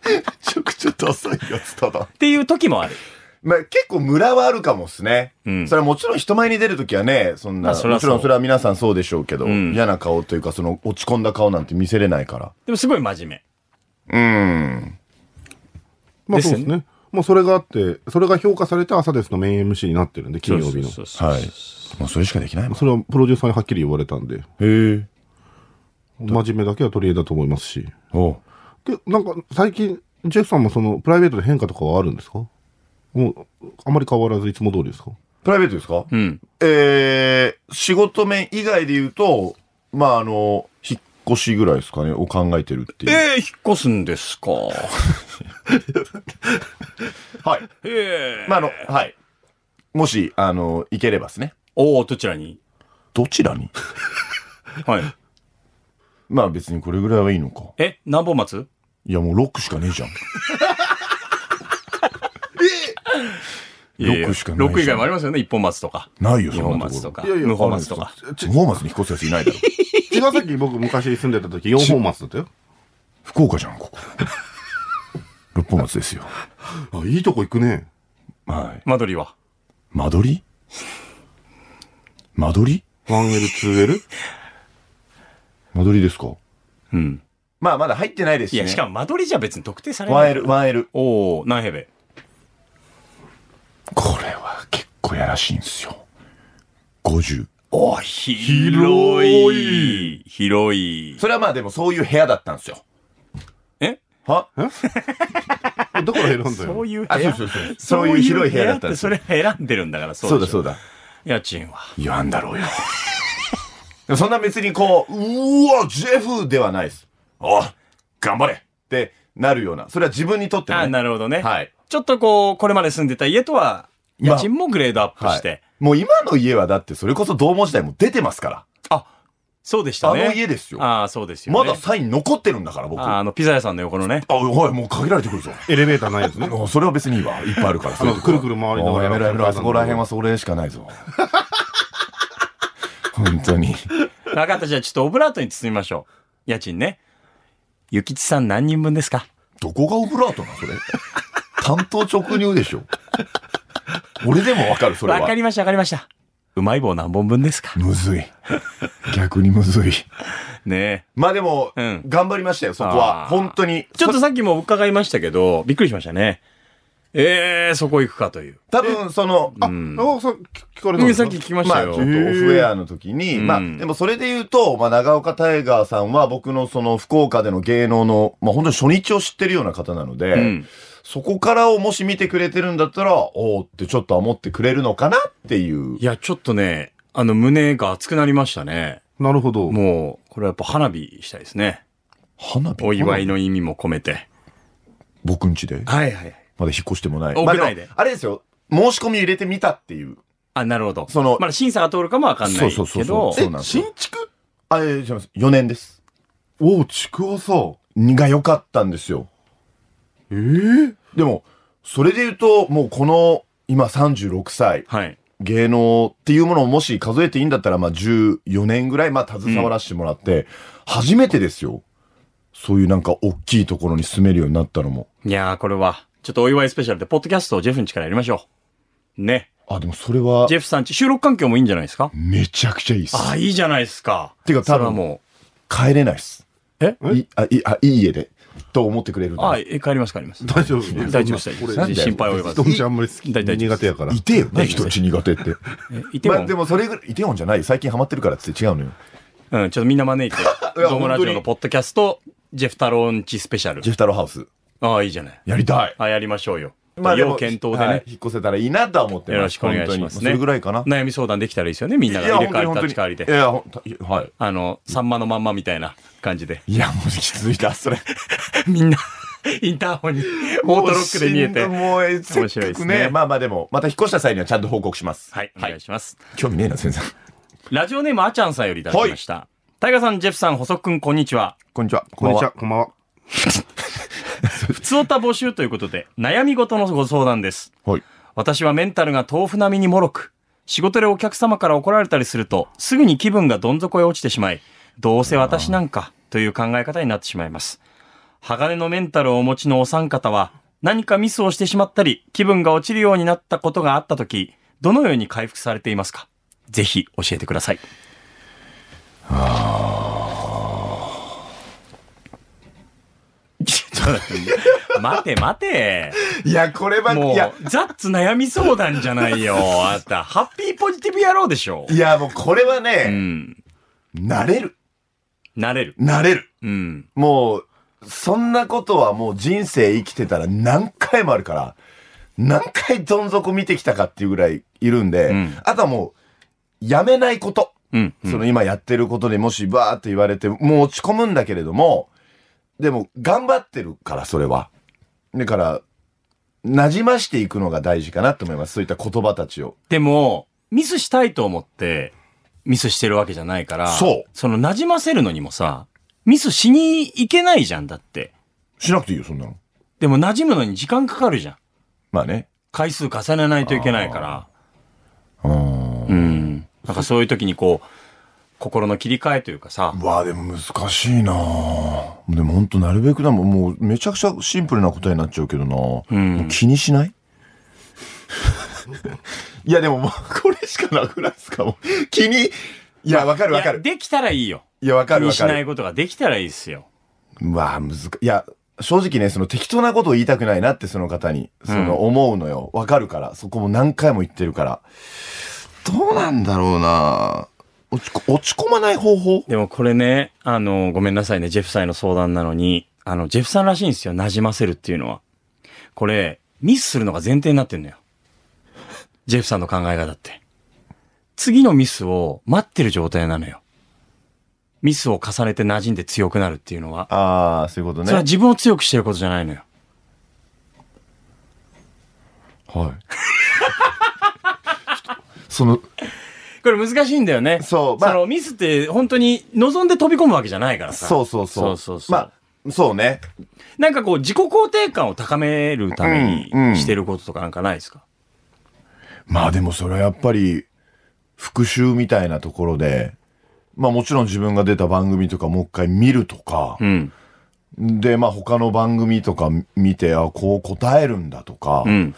Speaker 4: めちゃくちゃダサいやつだな。
Speaker 2: っていう時もある。
Speaker 4: まあ、結構ムラはあるかもっすね。
Speaker 2: うん
Speaker 4: それはもちろん人前に出るときはね、そん
Speaker 2: ま
Speaker 4: な、
Speaker 2: あそれは
Speaker 4: もちろ
Speaker 2: そうん
Speaker 4: それは皆さんそうでしょうけど、
Speaker 2: うん
Speaker 4: 嫌な顔というか、その落ち込んだ顔なんて見せれないか
Speaker 2: でもすごい真面目。
Speaker 4: ら。うん。
Speaker 3: まあ
Speaker 2: です
Speaker 3: そう
Speaker 2: よ
Speaker 3: で
Speaker 2: ね
Speaker 3: すね。もうそれがあって、それが評価されて朝ですのメイン MC になってるんで、金曜日の。
Speaker 2: そうそうそう
Speaker 4: はい。まあ、それしかできないもん。
Speaker 3: それはプロデューサーにはっきり言われたんで、
Speaker 4: へえ。
Speaker 3: 真面目だけは取り柄だと思いますし。
Speaker 4: おう
Speaker 3: けなんか最近ジェフさんもそのプライベートで変化とかはあるんですかもうあまり変わらずいつも通り ですか
Speaker 4: プライベートですか
Speaker 2: うん。
Speaker 4: えー、仕事面以外で言うと、まあ、あの、引っ越しぐらいですかね、を考えてるっていう。
Speaker 2: ええ引っ越すんですか。
Speaker 4: はい。
Speaker 2: ええ
Speaker 4: まあ、あの、はい。もし、あの、行ければですね。
Speaker 2: おお、どちらに
Speaker 4: どちらに
Speaker 2: はい。
Speaker 4: まあ別にこれぐらいはいいのか。
Speaker 2: え、何本松
Speaker 4: いや、もう6しかねえじゃん。六しかないじゃん
Speaker 2: 6以外もありますよね。一本松とか。
Speaker 4: ないよ、
Speaker 2: 二
Speaker 4: そん
Speaker 2: 本
Speaker 4: な
Speaker 2: 松
Speaker 4: と
Speaker 2: と
Speaker 4: こ
Speaker 2: か。
Speaker 4: ろ。
Speaker 3: いやいや
Speaker 2: 無本松とか。
Speaker 4: ち本松に引っ越すやついないだろ。
Speaker 3: 茅ヶ崎僕昔住んでた時4本松だったよ
Speaker 4: 福岡じゃん、ここ。六本松ですよ。
Speaker 3: あいいとこ行くね
Speaker 4: はい。
Speaker 2: 間取りは。
Speaker 4: 間取り間取り
Speaker 3: 1L2L
Speaker 4: 間取りですか
Speaker 2: うん。
Speaker 4: まあまだ入ってないで
Speaker 2: い
Speaker 4: すし、ね。
Speaker 2: や、しかも間取りじゃ別に特定されない。
Speaker 4: 1L、1L。
Speaker 2: おお、何平米
Speaker 4: これは結構やらしいんですよ。50。
Speaker 2: お、広い。広い。
Speaker 4: それはまあでもそういう部屋だったんですよ。
Speaker 2: え
Speaker 4: は
Speaker 3: だから選んだよ
Speaker 2: そういう部
Speaker 4: あ、そう
Speaker 2: 屋
Speaker 4: そうそう。そういう広い部屋だったんです
Speaker 2: そ
Speaker 4: よ。
Speaker 2: れ選んでるんだから、そ
Speaker 4: そううだ
Speaker 2: でしょ
Speaker 4: そうだ。
Speaker 2: 家賃は。
Speaker 4: 言わんだろうよ。でもそんな別にこう、うーわ、ジェフではないです。おい頑張れってなるような。それは自分にとって
Speaker 2: あ
Speaker 4: のね。
Speaker 2: なるほどね。
Speaker 4: はい。
Speaker 2: ちょっとこう、これまで住んでた家とは、
Speaker 4: ま
Speaker 2: 家
Speaker 4: あ
Speaker 2: 賃もグレードアップ
Speaker 4: は
Speaker 2: し
Speaker 4: い
Speaker 2: て。。
Speaker 4: もう今の家はだってそれこそ同門時代も出てますか
Speaker 2: あ、そうでし
Speaker 4: ら。
Speaker 2: た
Speaker 4: あ
Speaker 2: ね。
Speaker 4: の家ですよ。
Speaker 2: ああ、そうですよ、
Speaker 4: ま
Speaker 2: ね。
Speaker 4: だサイン残ってるんだから僕。
Speaker 2: あ
Speaker 4: あ、
Speaker 2: あの、ピザ屋さんの横のね。
Speaker 4: おい、もう限られてくるぞ。
Speaker 3: エレベーターないやつね
Speaker 4: あそれは別にいいわ。いっぱいあるから。そういうとこ
Speaker 3: くるくる回りながら
Speaker 4: やめろやめろ。あそこら辺はそれしかないぞ。 本当に。
Speaker 2: 分かった、じゃあちょっとオブラートに包みましょう。家賃ね。ゆきちさん何人分ですか
Speaker 4: どこがオブラートな、それ。担当直入でしょ。俺でもわかる、それは。
Speaker 2: わかりました、わかりました。うまい棒何本分です か
Speaker 4: むずい。逆にむずい。
Speaker 2: ね
Speaker 4: まあでも、
Speaker 2: うん
Speaker 4: 頑張りましたよ、そこ
Speaker 2: あー
Speaker 4: は。本当に。
Speaker 2: え。ちょっとさっきも伺いましたけど、びっくりしましたね。えー、そこ行くかという。
Speaker 4: 多分、その、
Speaker 3: あ、あさ聞かれたんです
Speaker 2: さっ
Speaker 3: か
Speaker 2: き聞きまし
Speaker 4: ま
Speaker 2: た
Speaker 4: あ、ちょっ
Speaker 2: よ。
Speaker 4: とオフェアの時に、
Speaker 2: うん
Speaker 4: まあ、でもそれで言うと、まあ、長岡タイガーさんは僕のその福岡での芸能の、まあ、本当に初日を知ってるような方なので、
Speaker 2: うん
Speaker 4: そこからをもし見てくれてるんだったら、おーってちょっとは思ってくれるのかなってい
Speaker 2: い。
Speaker 4: う
Speaker 2: や、ちょっとね、あの、胸が熱くなりましたね。
Speaker 3: なるほど。
Speaker 2: もう、これはやっぱ花火したいですね。
Speaker 4: 花火
Speaker 2: お祝いの意味も込めて。
Speaker 4: 僕ん家で
Speaker 2: はいはい。
Speaker 4: まだ引っ越してもない。
Speaker 2: 屋
Speaker 4: まあ、
Speaker 2: 内
Speaker 4: で
Speaker 2: で
Speaker 4: もあれですよ。申し込み入れてみたっていう。
Speaker 2: あ、なるほど。
Speaker 4: その
Speaker 2: まだ審査が通るかもわかんないけど。
Speaker 4: そうそうそうそうえ新
Speaker 2: 築
Speaker 4: あ、えー、すいません。4年です。
Speaker 3: おう、ちくわさ。
Speaker 4: にが良かったんですよ。
Speaker 3: ええ
Speaker 4: でも、それで言うと、もうこの、今36歳、
Speaker 2: はい。
Speaker 4: 芸能っていうものをもし数えていいんだったら、まあ14年ぐらい、まあ携わらせてもらって、初めてですよ。そういうなんか大きいところに住めるようになったのも。
Speaker 2: いやー、これは、ちょっとお祝いスペシャルで、ポッドキャストをジェフんちからやりましょう。ね。
Speaker 4: あ、でもそれは
Speaker 2: ジ、ェフさんち、収録環境もいいんじゃないですか
Speaker 4: めちゃくちゃいいっす。
Speaker 2: ああ、いいじゃないですか。
Speaker 4: てか多分
Speaker 2: それはも
Speaker 4: 帰れないっす。
Speaker 2: え
Speaker 4: いあ、いい、あ、いい家で。と思ってくれる
Speaker 2: う。
Speaker 4: なら
Speaker 2: ああ、え帰ります、帰ります。
Speaker 3: 大丈夫
Speaker 2: 大丈夫です、大丈夫
Speaker 3: 俺
Speaker 2: です。
Speaker 4: これ
Speaker 2: 心配を及ばず
Speaker 3: 人。んちあんまり好き
Speaker 2: 大体
Speaker 3: 苦手やから
Speaker 4: い。てよね、
Speaker 2: 大丈
Speaker 4: 人
Speaker 2: 夫
Speaker 4: んち苦手って。
Speaker 2: いて
Speaker 4: ま
Speaker 2: も、
Speaker 4: あでもそれぐらい、イテウォンじゃない最近ハマってるからっつって違うのよ。
Speaker 2: うん、ちょっとみんな招い て、
Speaker 4: や
Speaker 2: ドームラジオ
Speaker 4: 本当
Speaker 2: の
Speaker 4: に
Speaker 2: ポッドキャスト、ジェフ太郎んちスペシャル
Speaker 4: ジェ。フ太郎ハウス。
Speaker 2: ああ、いいじゃない。
Speaker 4: やりたい。
Speaker 2: ああ、やりましょうよ。
Speaker 4: まあでも
Speaker 2: 要検討でね、
Speaker 4: はい引っ越せたらいいなとは思ってます。
Speaker 2: よろしくお願いしますね
Speaker 4: 本当にそれぐらいかな。
Speaker 2: 悩み相談できたらいいですよね、みんなが入れ替わり立ち替わり
Speaker 4: い
Speaker 2: で。
Speaker 4: や、ほんといやはい。
Speaker 2: あの、さんまのまんまみたいな感じで。
Speaker 4: い や、もう気づいた、それ。
Speaker 2: みんな、インターホンに、オートロックで見えて。
Speaker 4: もう、え
Speaker 2: 白い
Speaker 4: せっか
Speaker 2: で
Speaker 4: く
Speaker 2: す
Speaker 4: ね
Speaker 2: ね。
Speaker 4: まあまあでも、また引っ越した際にはちゃんと報告します。
Speaker 2: はい、お願いします。
Speaker 4: 興味ねえな、先生。
Speaker 2: ラジオネームあちゃんさんよりいただきました。タイガさん、ジェフさん、細くん、こんにちは。
Speaker 4: こんにちは。
Speaker 3: こんにちは、。こんばんは。
Speaker 2: 普通歌募集ということで、悩み事のご相談です。
Speaker 4: はい。
Speaker 2: 私はメンタルが豆腐並みに脆く、仕事でお客様から怒られたりすると、すぐに気分がどん底へ落ちてしまい、どうせ私なんかという考え方になってしまいます。鋼のメンタルをお持ちのお三方は、何かミスをしてしまったり、気分が落ちるようになったことがあったとき、どのように回復されていますかぜひ教えてください。ちょっと待って 待て待て。
Speaker 4: いや、これは、
Speaker 2: も
Speaker 4: いや、
Speaker 2: う、ザッツ悩み相談じゃないよ。あんた、ハッピーポジティブ野郎でしょ
Speaker 4: い。や、もうこれは
Speaker 2: う
Speaker 4: ね、
Speaker 2: ん。
Speaker 4: 慣れる。
Speaker 2: なれる。
Speaker 4: 慣れる。
Speaker 2: うん。
Speaker 4: もう、そんなことはもう人生生きてたら何回もあるから、何回どん底見てきたかっていうぐらいいるんで、
Speaker 2: うん
Speaker 4: あとはもう、やめないこと。
Speaker 2: うん。
Speaker 4: その今やってることでもしバーって言われて、もう落ち込むんだけれども、でも頑張ってるから、それは。だから、馴染ましていくのが大事かなと思います。そういった言葉たちを。
Speaker 2: でも、ミスしたいと思って、ミスしてるわけじゃないから、
Speaker 4: そう
Speaker 2: その、馴染ませるのにもさ、ミスしに行けないじゃん、だって。
Speaker 4: しなくていいよ、そんなの。
Speaker 2: でも、馴染むのに時間かかるじゃん。
Speaker 4: まあね。
Speaker 2: 回数重ねないといけないから。
Speaker 4: うん。
Speaker 2: うん。なんかそういう時にこう、心の切り替えというかさ、
Speaker 4: わあ、でも難しいなあでも本当なるべくだもん、もうめちゃくちゃシンプルな答えになっちゃうけどな
Speaker 2: うん
Speaker 4: もう気にしないいや、でももうこれしかなくないですかもう気に、いや、わ かるわか
Speaker 2: いや
Speaker 4: る。
Speaker 2: できたらいいよ。
Speaker 4: いや、わか
Speaker 2: 気
Speaker 4: るわ
Speaker 2: にし
Speaker 4: か
Speaker 2: な
Speaker 4: る
Speaker 2: い。ことができたらいいっすよ。
Speaker 4: まあ、難か、いや、正直ね、その適当なことを言いたくないなって、その方に、その思うのよ。わ、かるから。そこも何回も言ってるから。どうなんだろうな落ちこ、落ち込まない方法
Speaker 2: でもこれね、あの、ごめんなさいね、ジェフさんへの相談なのに、あの、ジェフさんらしいんですよ、馴染ませるっていうのは。これ、ミスするのが前提になってんのよ。 ジェフさんの考え方って。次のミスを待ってる状態なのよ。ミスを重ねて馴染んで強くなるっていうのは。
Speaker 4: ああ、そういうこと
Speaker 2: それは
Speaker 4: ね。
Speaker 2: 自分を強くしてることじゃないのよ。
Speaker 4: はい。 その、
Speaker 2: これ難しいんだよね。
Speaker 4: そうまあ
Speaker 2: そのミスって本当に望んで飛び込むわけじゃないからさ。
Speaker 4: そうそうそう。
Speaker 2: そうそうそう
Speaker 4: まあ、そうね。
Speaker 2: なんかこう自己肯定感を高めるため
Speaker 4: うんうん
Speaker 2: にしてることとかなんかないですか、
Speaker 4: まあでもそれはやっぱり、復習みたいなところで、まあもちろん自分が出た番組とかもう一回見るとか、
Speaker 2: うん。
Speaker 4: で、まあ他の番組とか見て、あ、こう答えるんだとか、
Speaker 2: うん。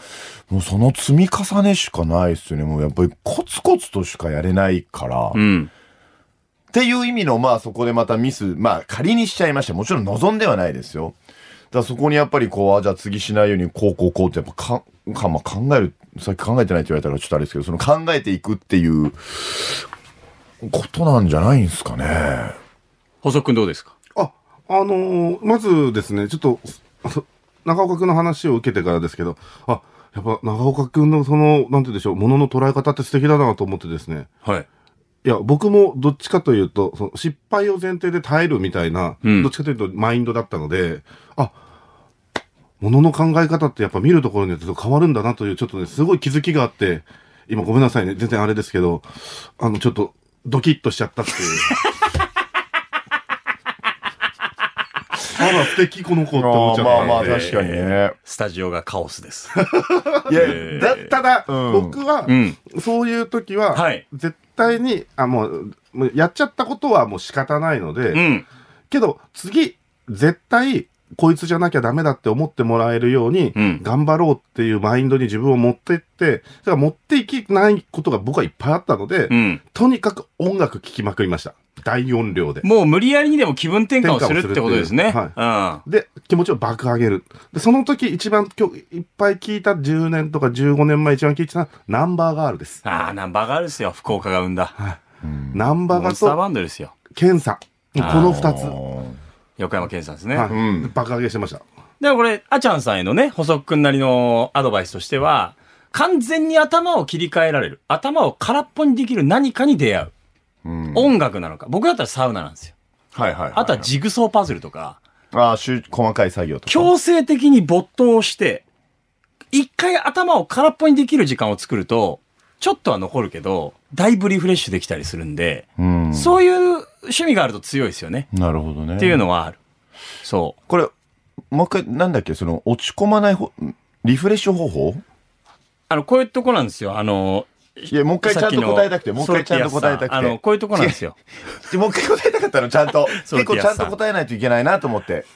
Speaker 4: もうその積み重ねしかないっすよね。もうやっぱりコツコツとしかやれないから、
Speaker 2: う
Speaker 4: っ
Speaker 2: ん。
Speaker 4: ていう意味の、まあそこでまたミス、まあ仮にしちゃいました。もちろん望んではないですよ。だからそこにやっぱりこう、あ、じゃあ次しないようにこうこうこうってやっぱか、かまあ、考える、さっき考えてないって言われたらちょっとあれですけど、その考えていくっていうことなんじゃないんですかね。
Speaker 2: 細くんどうですか
Speaker 3: あ、あのーまずですね、ちょっと、あ長岡君の話を受けてからですけど、あ、やっぱ長岡君のその、なんて言うんでしょう、ものの捉え方って素敵だなと思ってですね、
Speaker 2: はい。
Speaker 3: いや、僕もどっちかというと、その失敗を前提で耐えるみたいな、
Speaker 2: うん
Speaker 3: どっちかというとマインドだったので、あ、ものの考え方ってやっぱ見るところによって変わるんだなという、ちょっとね、すごい気づきがあって、今ごめんなさいね、全然あれですけど、あの、ちょっと、ドキッとしちゃったっていう。あら、素敵この子って思っちゃった
Speaker 4: まあ
Speaker 3: んで。
Speaker 4: まあ確かにね。
Speaker 2: スタジオがカオスです。
Speaker 4: いや、
Speaker 2: えー
Speaker 4: だ
Speaker 3: ただ、
Speaker 4: うん
Speaker 3: 僕は、
Speaker 2: うん
Speaker 3: そういう時は、
Speaker 2: はい
Speaker 3: 絶対に、あ、もう、もうやっちゃったことはもう仕方ないので、
Speaker 2: うん。
Speaker 3: けど、次、絶対、こいつじゃなきゃダメだって思ってもらえるように、
Speaker 2: うん
Speaker 3: 頑張ろうっていうマインドに自分を持ってって、それは持っていけないことが僕はいっぱいあったので、
Speaker 2: うん。
Speaker 3: とにかく音楽聴きまくりました。大音量で。
Speaker 2: もう無理やりにでも気分転換をするってことですね。
Speaker 3: 転換をするってで、気持ちを爆上げる。で、その時一番今日いっぱい聴いた10年とか15年前一番聴いてたナンバーガールです。
Speaker 2: うん。ああ、ナンバーガールですよ。福岡が生んだ。
Speaker 3: ナンバー
Speaker 2: モ
Speaker 3: ガ
Speaker 2: ンスター
Speaker 3: ーと
Speaker 2: バンドですよ。
Speaker 3: ケンさん。この二つ。
Speaker 2: 横山健さんですね。
Speaker 3: はい
Speaker 4: うん
Speaker 3: 爆上げしてました。
Speaker 2: でもこれ、あちゃんさんへのね、細くんなりのアドバイスとしては、完全に頭を切り替えられる。頭を空っぽにできる何かに出会う。
Speaker 4: うん
Speaker 2: 音楽なのか。僕だったらサウナなんですよ。
Speaker 4: はいはいはい、
Speaker 2: あとはジグソーパズルとか、
Speaker 4: ああ、しゅ細かい作業とか。
Speaker 2: 強制的に没頭して、一回頭を空っぽにできる時間を作ると、ちょっとは残るけど、だいぶリフレッシュできたりするんで、
Speaker 4: うん。
Speaker 2: そういう趣味があると強いですよね。
Speaker 4: なるほどね。
Speaker 2: っていうのはある。そう。
Speaker 4: これ、もう一回、なんだっけ、その、落ち込まないほ、リフレッシュ方法
Speaker 2: あの、こういうとこなんですよ。あの、
Speaker 4: いや、もう一回ちゃんと答えたくて、もう一回ちゃんと答えたくて。
Speaker 2: あの、こういうとこなんですよ。
Speaker 4: でもう一回答えたかったの、ちゃんと。
Speaker 2: ソ
Speaker 4: 結
Speaker 2: ルティ
Speaker 4: 構
Speaker 2: アス
Speaker 4: ち
Speaker 2: さ
Speaker 4: ゃ
Speaker 2: ん
Speaker 4: んと答えないといけないなと思って。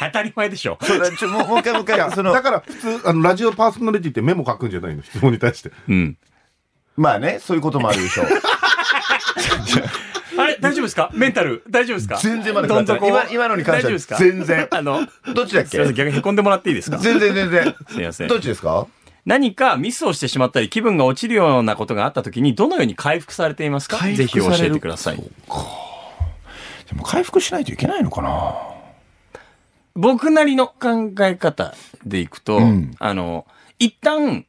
Speaker 2: 当たり前でしょ。
Speaker 4: そうだちょもうもう一回、もう一
Speaker 3: いや、
Speaker 4: 回、その
Speaker 3: だ、から普通、あの、ラジオパーソナリティってメモ書くんじゃないの質問に対して。
Speaker 2: うん。
Speaker 4: まあね、そういうこともあるでしょう。
Speaker 2: あれ、大丈夫ですかメンタル、大丈夫ですか
Speaker 4: 全然まだ
Speaker 2: どん底
Speaker 4: 今今のに関し
Speaker 2: 大丈夫
Speaker 4: ては
Speaker 2: ですか
Speaker 4: 全然
Speaker 2: あの、
Speaker 4: どっちだっ
Speaker 2: す
Speaker 4: け
Speaker 2: いません、逆に凹んでもらっていいですか
Speaker 4: 全然全然。
Speaker 2: すいません
Speaker 4: どっちですか
Speaker 2: 何かミスをしてしまったり気分が落ちるようなことがあった時にどのように回復されていますか
Speaker 4: 回
Speaker 2: ぜひ
Speaker 4: 復さ
Speaker 2: 教
Speaker 4: れる
Speaker 2: えてください。
Speaker 4: でも回復しないといけないのかな
Speaker 2: 僕なりの考え方でいくと、
Speaker 4: うん
Speaker 2: あの、一旦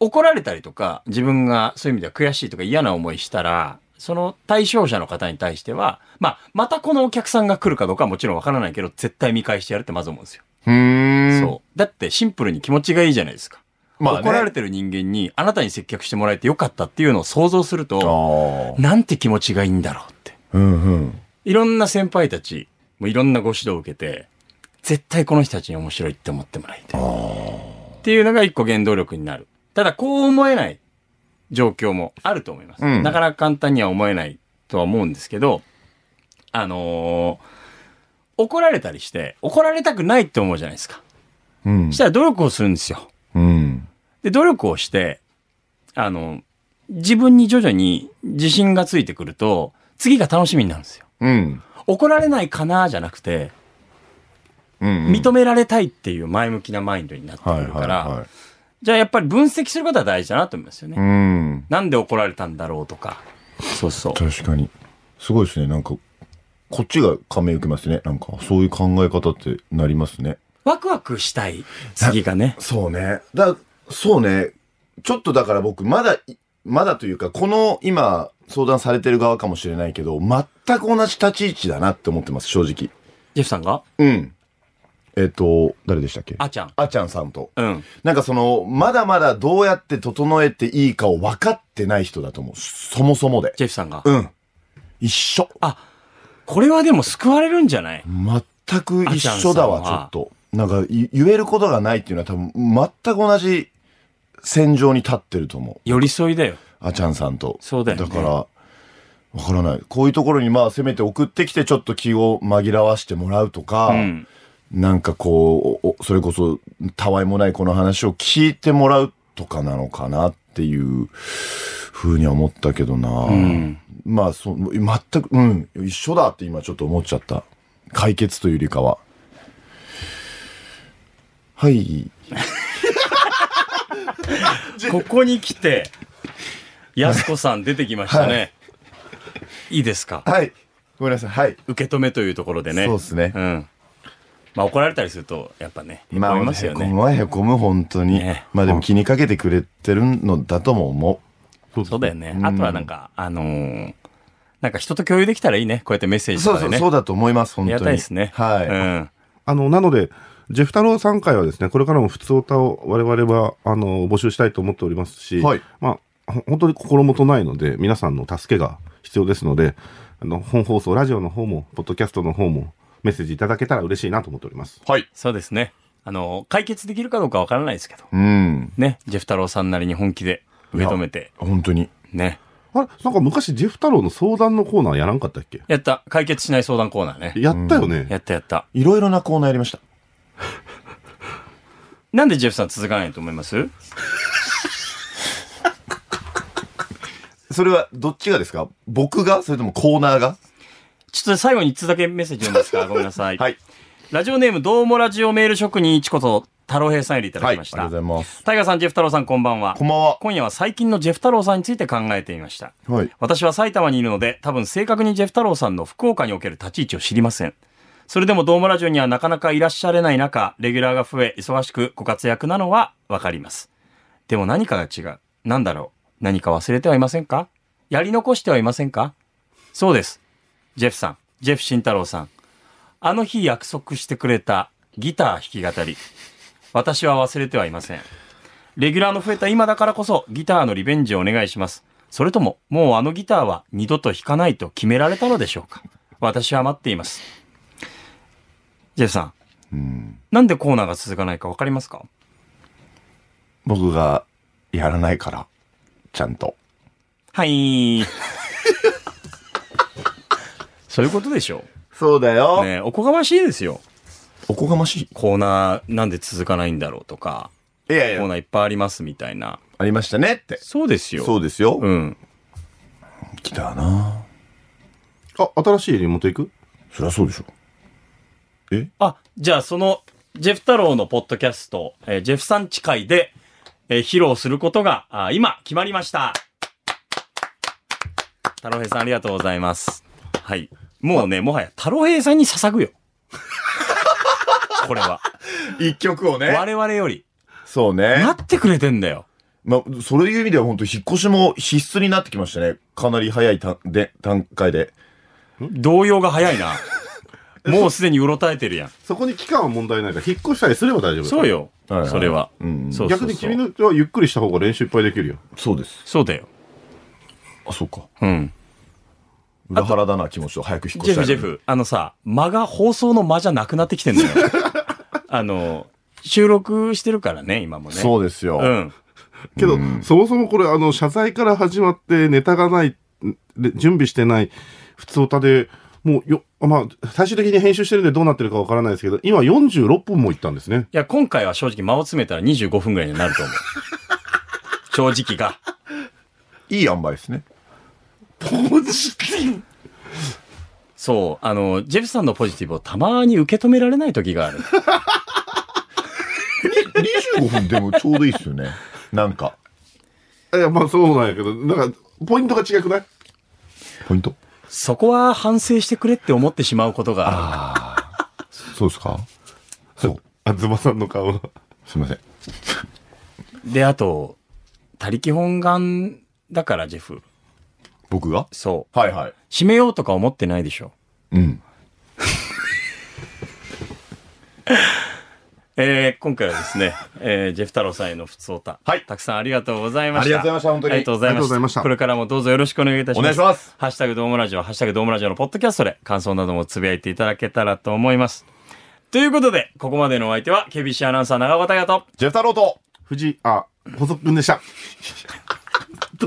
Speaker 2: 怒られたりとか、自分がそういう意味では悔しいとか嫌な思いしたら、その対象者の方に対しては、まあ、またこのお客さんが来るかどうかはもちろんわからないけど、絶対見返してやるってまず思うんですよ。
Speaker 4: うーん。
Speaker 2: そう。だってシンプルに気持ちがいいじゃないですか。
Speaker 4: まあね
Speaker 2: 怒られてる人間に、あなたに接客してもらえてよかったっていうのを想像する
Speaker 4: あ
Speaker 2: と、
Speaker 4: あ。
Speaker 2: なんて気持ちがいいんだろうって。
Speaker 4: うんうん。
Speaker 2: いろんな先輩たち、もういろんなご指導を受けて、絶対この人たちに面白いって思ってもらいたい。っていうのが一個原動力になる。ただ、こう思えない状況もあると思います。
Speaker 4: うん
Speaker 2: なかなか簡単には思えないとは思うんですけど、あのー怒られたりして、怒られたくないって思うじゃないですか。
Speaker 4: うん
Speaker 2: し。たら努力をするんですよ。
Speaker 4: うん。
Speaker 2: で、努力をして、あの、自分に徐々に自信がついてくると、次が楽しみになるんですよ。
Speaker 4: うん。
Speaker 2: 怒られないかなじゃなくて、
Speaker 4: うん。
Speaker 2: 認められたいっていう前向きなマインドになってく
Speaker 4: はい
Speaker 2: るか
Speaker 4: はい
Speaker 2: ら、
Speaker 4: はい。
Speaker 2: じゃあやっぱり分析することは大事だなと思いますよ
Speaker 4: う
Speaker 2: ね。
Speaker 4: ん。
Speaker 2: なんで怒られたんだろうとか。そうそう。
Speaker 4: 確かに。すごいですね。なんか、こっちが感銘受けますね。なんか、そういう考え方ってなりますね。
Speaker 2: ワクワクしたい。次がね。
Speaker 4: そうね。だ、そうね。ちょっとだから僕、まだい、まだというか、この今、相談されてる側かもしれないけど、全く同じ立ち位置だなって思ってます、正直。
Speaker 2: ジェフさんが
Speaker 4: うん。えっ、と、誰でしたっけ
Speaker 2: あちゃん。
Speaker 4: あちゃんさんと。
Speaker 2: うん。
Speaker 4: なんかその、まだまだどうやって整えていいかを分かってない人だと思う。そもそもで。
Speaker 2: ジェフさんが。
Speaker 4: うん。一緒。
Speaker 2: これはでも救われるんじゃない
Speaker 4: 全く一緒だわ、
Speaker 2: あ
Speaker 4: ち
Speaker 2: ちゃんさ
Speaker 4: ょ
Speaker 2: んは
Speaker 4: っと。なんか、い言えることがないっていうのは多分、全く同じ戦場に立ってると思う。
Speaker 2: 寄り添いだよ。
Speaker 4: あちゃんさんと。
Speaker 2: そうだよね
Speaker 4: だから、わからない。こういうところにまあ、せめて送ってきてちょっと気を紛らわしてもらうとか、
Speaker 2: うん。
Speaker 4: なんかこうおお、それこそ、たわいもないこの話を聞いてもらうとかなのかなっていうふうには思ったけどな。
Speaker 2: ん
Speaker 4: まあ、そ全く、うん、一緒だって今ちょっと思っちゃった。解決というよりかは。はい。
Speaker 2: ここに来て、やすこさん出てきましたね。いいですか
Speaker 4: はい。ごめんなさい。はい。
Speaker 2: 受け止めというところでね。
Speaker 4: そうですね
Speaker 2: うん。まあ怒られたりすると、やっぱね、
Speaker 4: まあ
Speaker 2: 思いますよ
Speaker 4: へこ
Speaker 2: ね。
Speaker 4: むはへこむ、本当に。
Speaker 2: ね
Speaker 4: まあでも気にかけてくれてるのだとも思
Speaker 2: そうだよね
Speaker 4: う。ん
Speaker 2: あとはなんか、あのーなんか人と共有できたらいいね。こうやってメッセー
Speaker 4: う。
Speaker 2: ジと
Speaker 4: そう
Speaker 2: か
Speaker 4: そ
Speaker 2: で
Speaker 4: う、
Speaker 2: ね。
Speaker 4: そうだと思います、本
Speaker 2: あ
Speaker 4: 当
Speaker 2: り
Speaker 4: に。
Speaker 2: がたいですね。
Speaker 4: はい。
Speaker 2: うん。
Speaker 3: あの、なので、ジェフ太郎さん会はですね、これからも普通歌を我々は、あの、募集したいと思っておりますし、
Speaker 4: はい
Speaker 3: まあ、ほ本当に心もとないので、皆さんの助けが必要ですので、あの、本放送、ラジオの方も、ポッドキャストの方も、メッセージいただけたら嬉しいなと思っております。
Speaker 2: そうですね。あのー解決できるかどうかわからないですけど。
Speaker 4: うん。
Speaker 2: ね。ジェフ太郎さんなりに本気で受け止めて、
Speaker 4: 本当に。
Speaker 2: ね。
Speaker 3: あれ、なんか昔、ジェフ太郎の相談のコーナーやらんかったっけ
Speaker 2: やった。解決しない相談コーナーね。
Speaker 3: やったよね。
Speaker 2: やったやった。
Speaker 4: いろいろなコーナーやりました。
Speaker 2: なんでジェフさん続かないと思います
Speaker 4: それはどっちがですか僕がそれともコーナーが
Speaker 2: ちょっと最後に一通だけメッセージ読んでいいです かごめんなさい。
Speaker 4: はい。
Speaker 2: ラジオネーム、どうもラジオメール職人一こと、太郎平さんよりいただ
Speaker 4: はい。あ
Speaker 2: き
Speaker 4: り
Speaker 2: ま
Speaker 4: が
Speaker 2: し
Speaker 4: とう
Speaker 2: た。
Speaker 4: ございます。
Speaker 2: タイガーさん、ジェフ太郎さん、こんばんは。
Speaker 4: こんばんは。
Speaker 2: 今夜は最近のジェフ太郎さんについて考えてみました。
Speaker 4: はい。
Speaker 2: 私は埼玉にいるので、多分正確にジェフ太郎さんの福岡における立ち位置を知りません。それでもドームラジオにはなかなかいらっしゃれない中、レギュラーが増え、忙しくご活躍なのはわかります。でも何かが違う。なんだろう。何か忘れてはいませんかやり残してはいませんかそうです。ジェフさん、ジェフ慎太郎さん。あの日約束してくれたギター弾き語り。私は忘れてはいません。レギュラーの増えた今だからこそギターのリベンジをお願いします。それとも、もうあのギターは二度と弾かないと決められたのでしょうか私は待っています。ジェフさん、
Speaker 4: うん。
Speaker 2: なんでコーナーが続かないかわかりますか
Speaker 4: 僕がやらないから、ちゃんと。
Speaker 2: はい。 そういうことでしょ
Speaker 4: そうだよ
Speaker 2: う。ねえおこがましいですよ。
Speaker 4: おこがましい。
Speaker 2: コーナーなんで続かないんだろうとか、
Speaker 4: いやい
Speaker 2: コーナ
Speaker 4: や、
Speaker 2: ーいっぱいありますみたいな。
Speaker 4: ありましたねって。
Speaker 2: そうですよ。
Speaker 4: そう
Speaker 2: う
Speaker 4: ですよ。
Speaker 2: ん。
Speaker 4: 来たな
Speaker 3: あ、新しいリモート行く
Speaker 4: そりゃそうでしょ。
Speaker 2: あ、じゃあその、ジェフ太郎のポッドキャスト、えージェフさん近いで、えー披露することが、あ今、決まりました。太郎平さんありがとうございます。はい。もうね、もはや太郎平さんに捧ぐよ。これは。
Speaker 4: 一曲をね。
Speaker 2: 我々より。
Speaker 4: そうね。
Speaker 2: 待ってくれてんだよ。
Speaker 4: まあ、そういう意味では本当引っ越しも必須になってきましたね。かなり早いたで段階で。
Speaker 2: 動揺が早いな。 もうすでにうろたえてるやん。
Speaker 3: そこに期間は問題ないから、引っ越したりすれば大丈夫だ
Speaker 2: そう。よ
Speaker 4: はいは。い
Speaker 2: それは。
Speaker 4: うん
Speaker 2: そうそうそ
Speaker 3: 逆
Speaker 2: う
Speaker 3: に君のはゆっくりした方が練習いっぱいできるよ。
Speaker 4: そうです。
Speaker 2: そうだよ。
Speaker 4: あ、そうか。
Speaker 2: うん。
Speaker 4: 裏腹だな気持ちを早く引っ
Speaker 2: ジ
Speaker 4: 越
Speaker 2: ェフ、
Speaker 4: したい。
Speaker 2: ジェ。フ、あのさ、間が放送の間じゃなくなってきて んだよ。あの、収録してるからね、今もね。
Speaker 4: そうですよ。
Speaker 2: うん。
Speaker 3: けど、そもそもこれ、あの、謝罪から始まって、ネタがない、で準備してない、普通歌で、もうよ、まあ、最終的に編集してるんでどうなってるかわからないですけど、今46分もいったんですね。
Speaker 2: いや、今回は正直間を詰めたら25分ぐらいになると思う。 正直が。
Speaker 4: いい塩梅ですね。
Speaker 2: そう。あの、ジェフさんのポジティブをたまに受け止められない時がある。
Speaker 4: 25分でもちょうどいいっすよね。なんか、
Speaker 3: いや、まあそうなんやけど、なんか、ポイントが違くない
Speaker 4: ポイント。
Speaker 2: そこは反省してくれって思ってしまうことがある。
Speaker 4: そうですかそう。
Speaker 3: あずまさんの顔が。
Speaker 4: すいません。
Speaker 2: で、あと、他力本願だから、ジェフ。
Speaker 4: 僕が
Speaker 2: そう。
Speaker 4: はいはい。
Speaker 2: 締めようとか思ってないでしょ。
Speaker 4: うん。
Speaker 2: えー、今回はですね、えー、ジェフ太郎さんへの普通オタ。
Speaker 4: はい
Speaker 2: たくさんありがとうございました。
Speaker 4: ありがとうございました本当に
Speaker 2: ありがとうござい
Speaker 3: ありがとうござい
Speaker 2: ま
Speaker 3: ま
Speaker 2: し。
Speaker 3: したた
Speaker 2: これからもどうぞよろしくお願いいたします。
Speaker 4: お願いします。
Speaker 2: ハッシュタグドームラジオ、ハッシュタグドームラジオのポッドキャストで感想などもつぶやいていただけたらと思います。ということで、ここまでのお相手は、KBC アナウンサー長尾太と、
Speaker 4: ジェフ太郎と、
Speaker 3: 藤井、あ、細くんでした。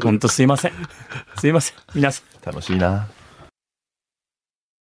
Speaker 2: ほんとすいません。すいません。皆さん。
Speaker 4: 楽しいな。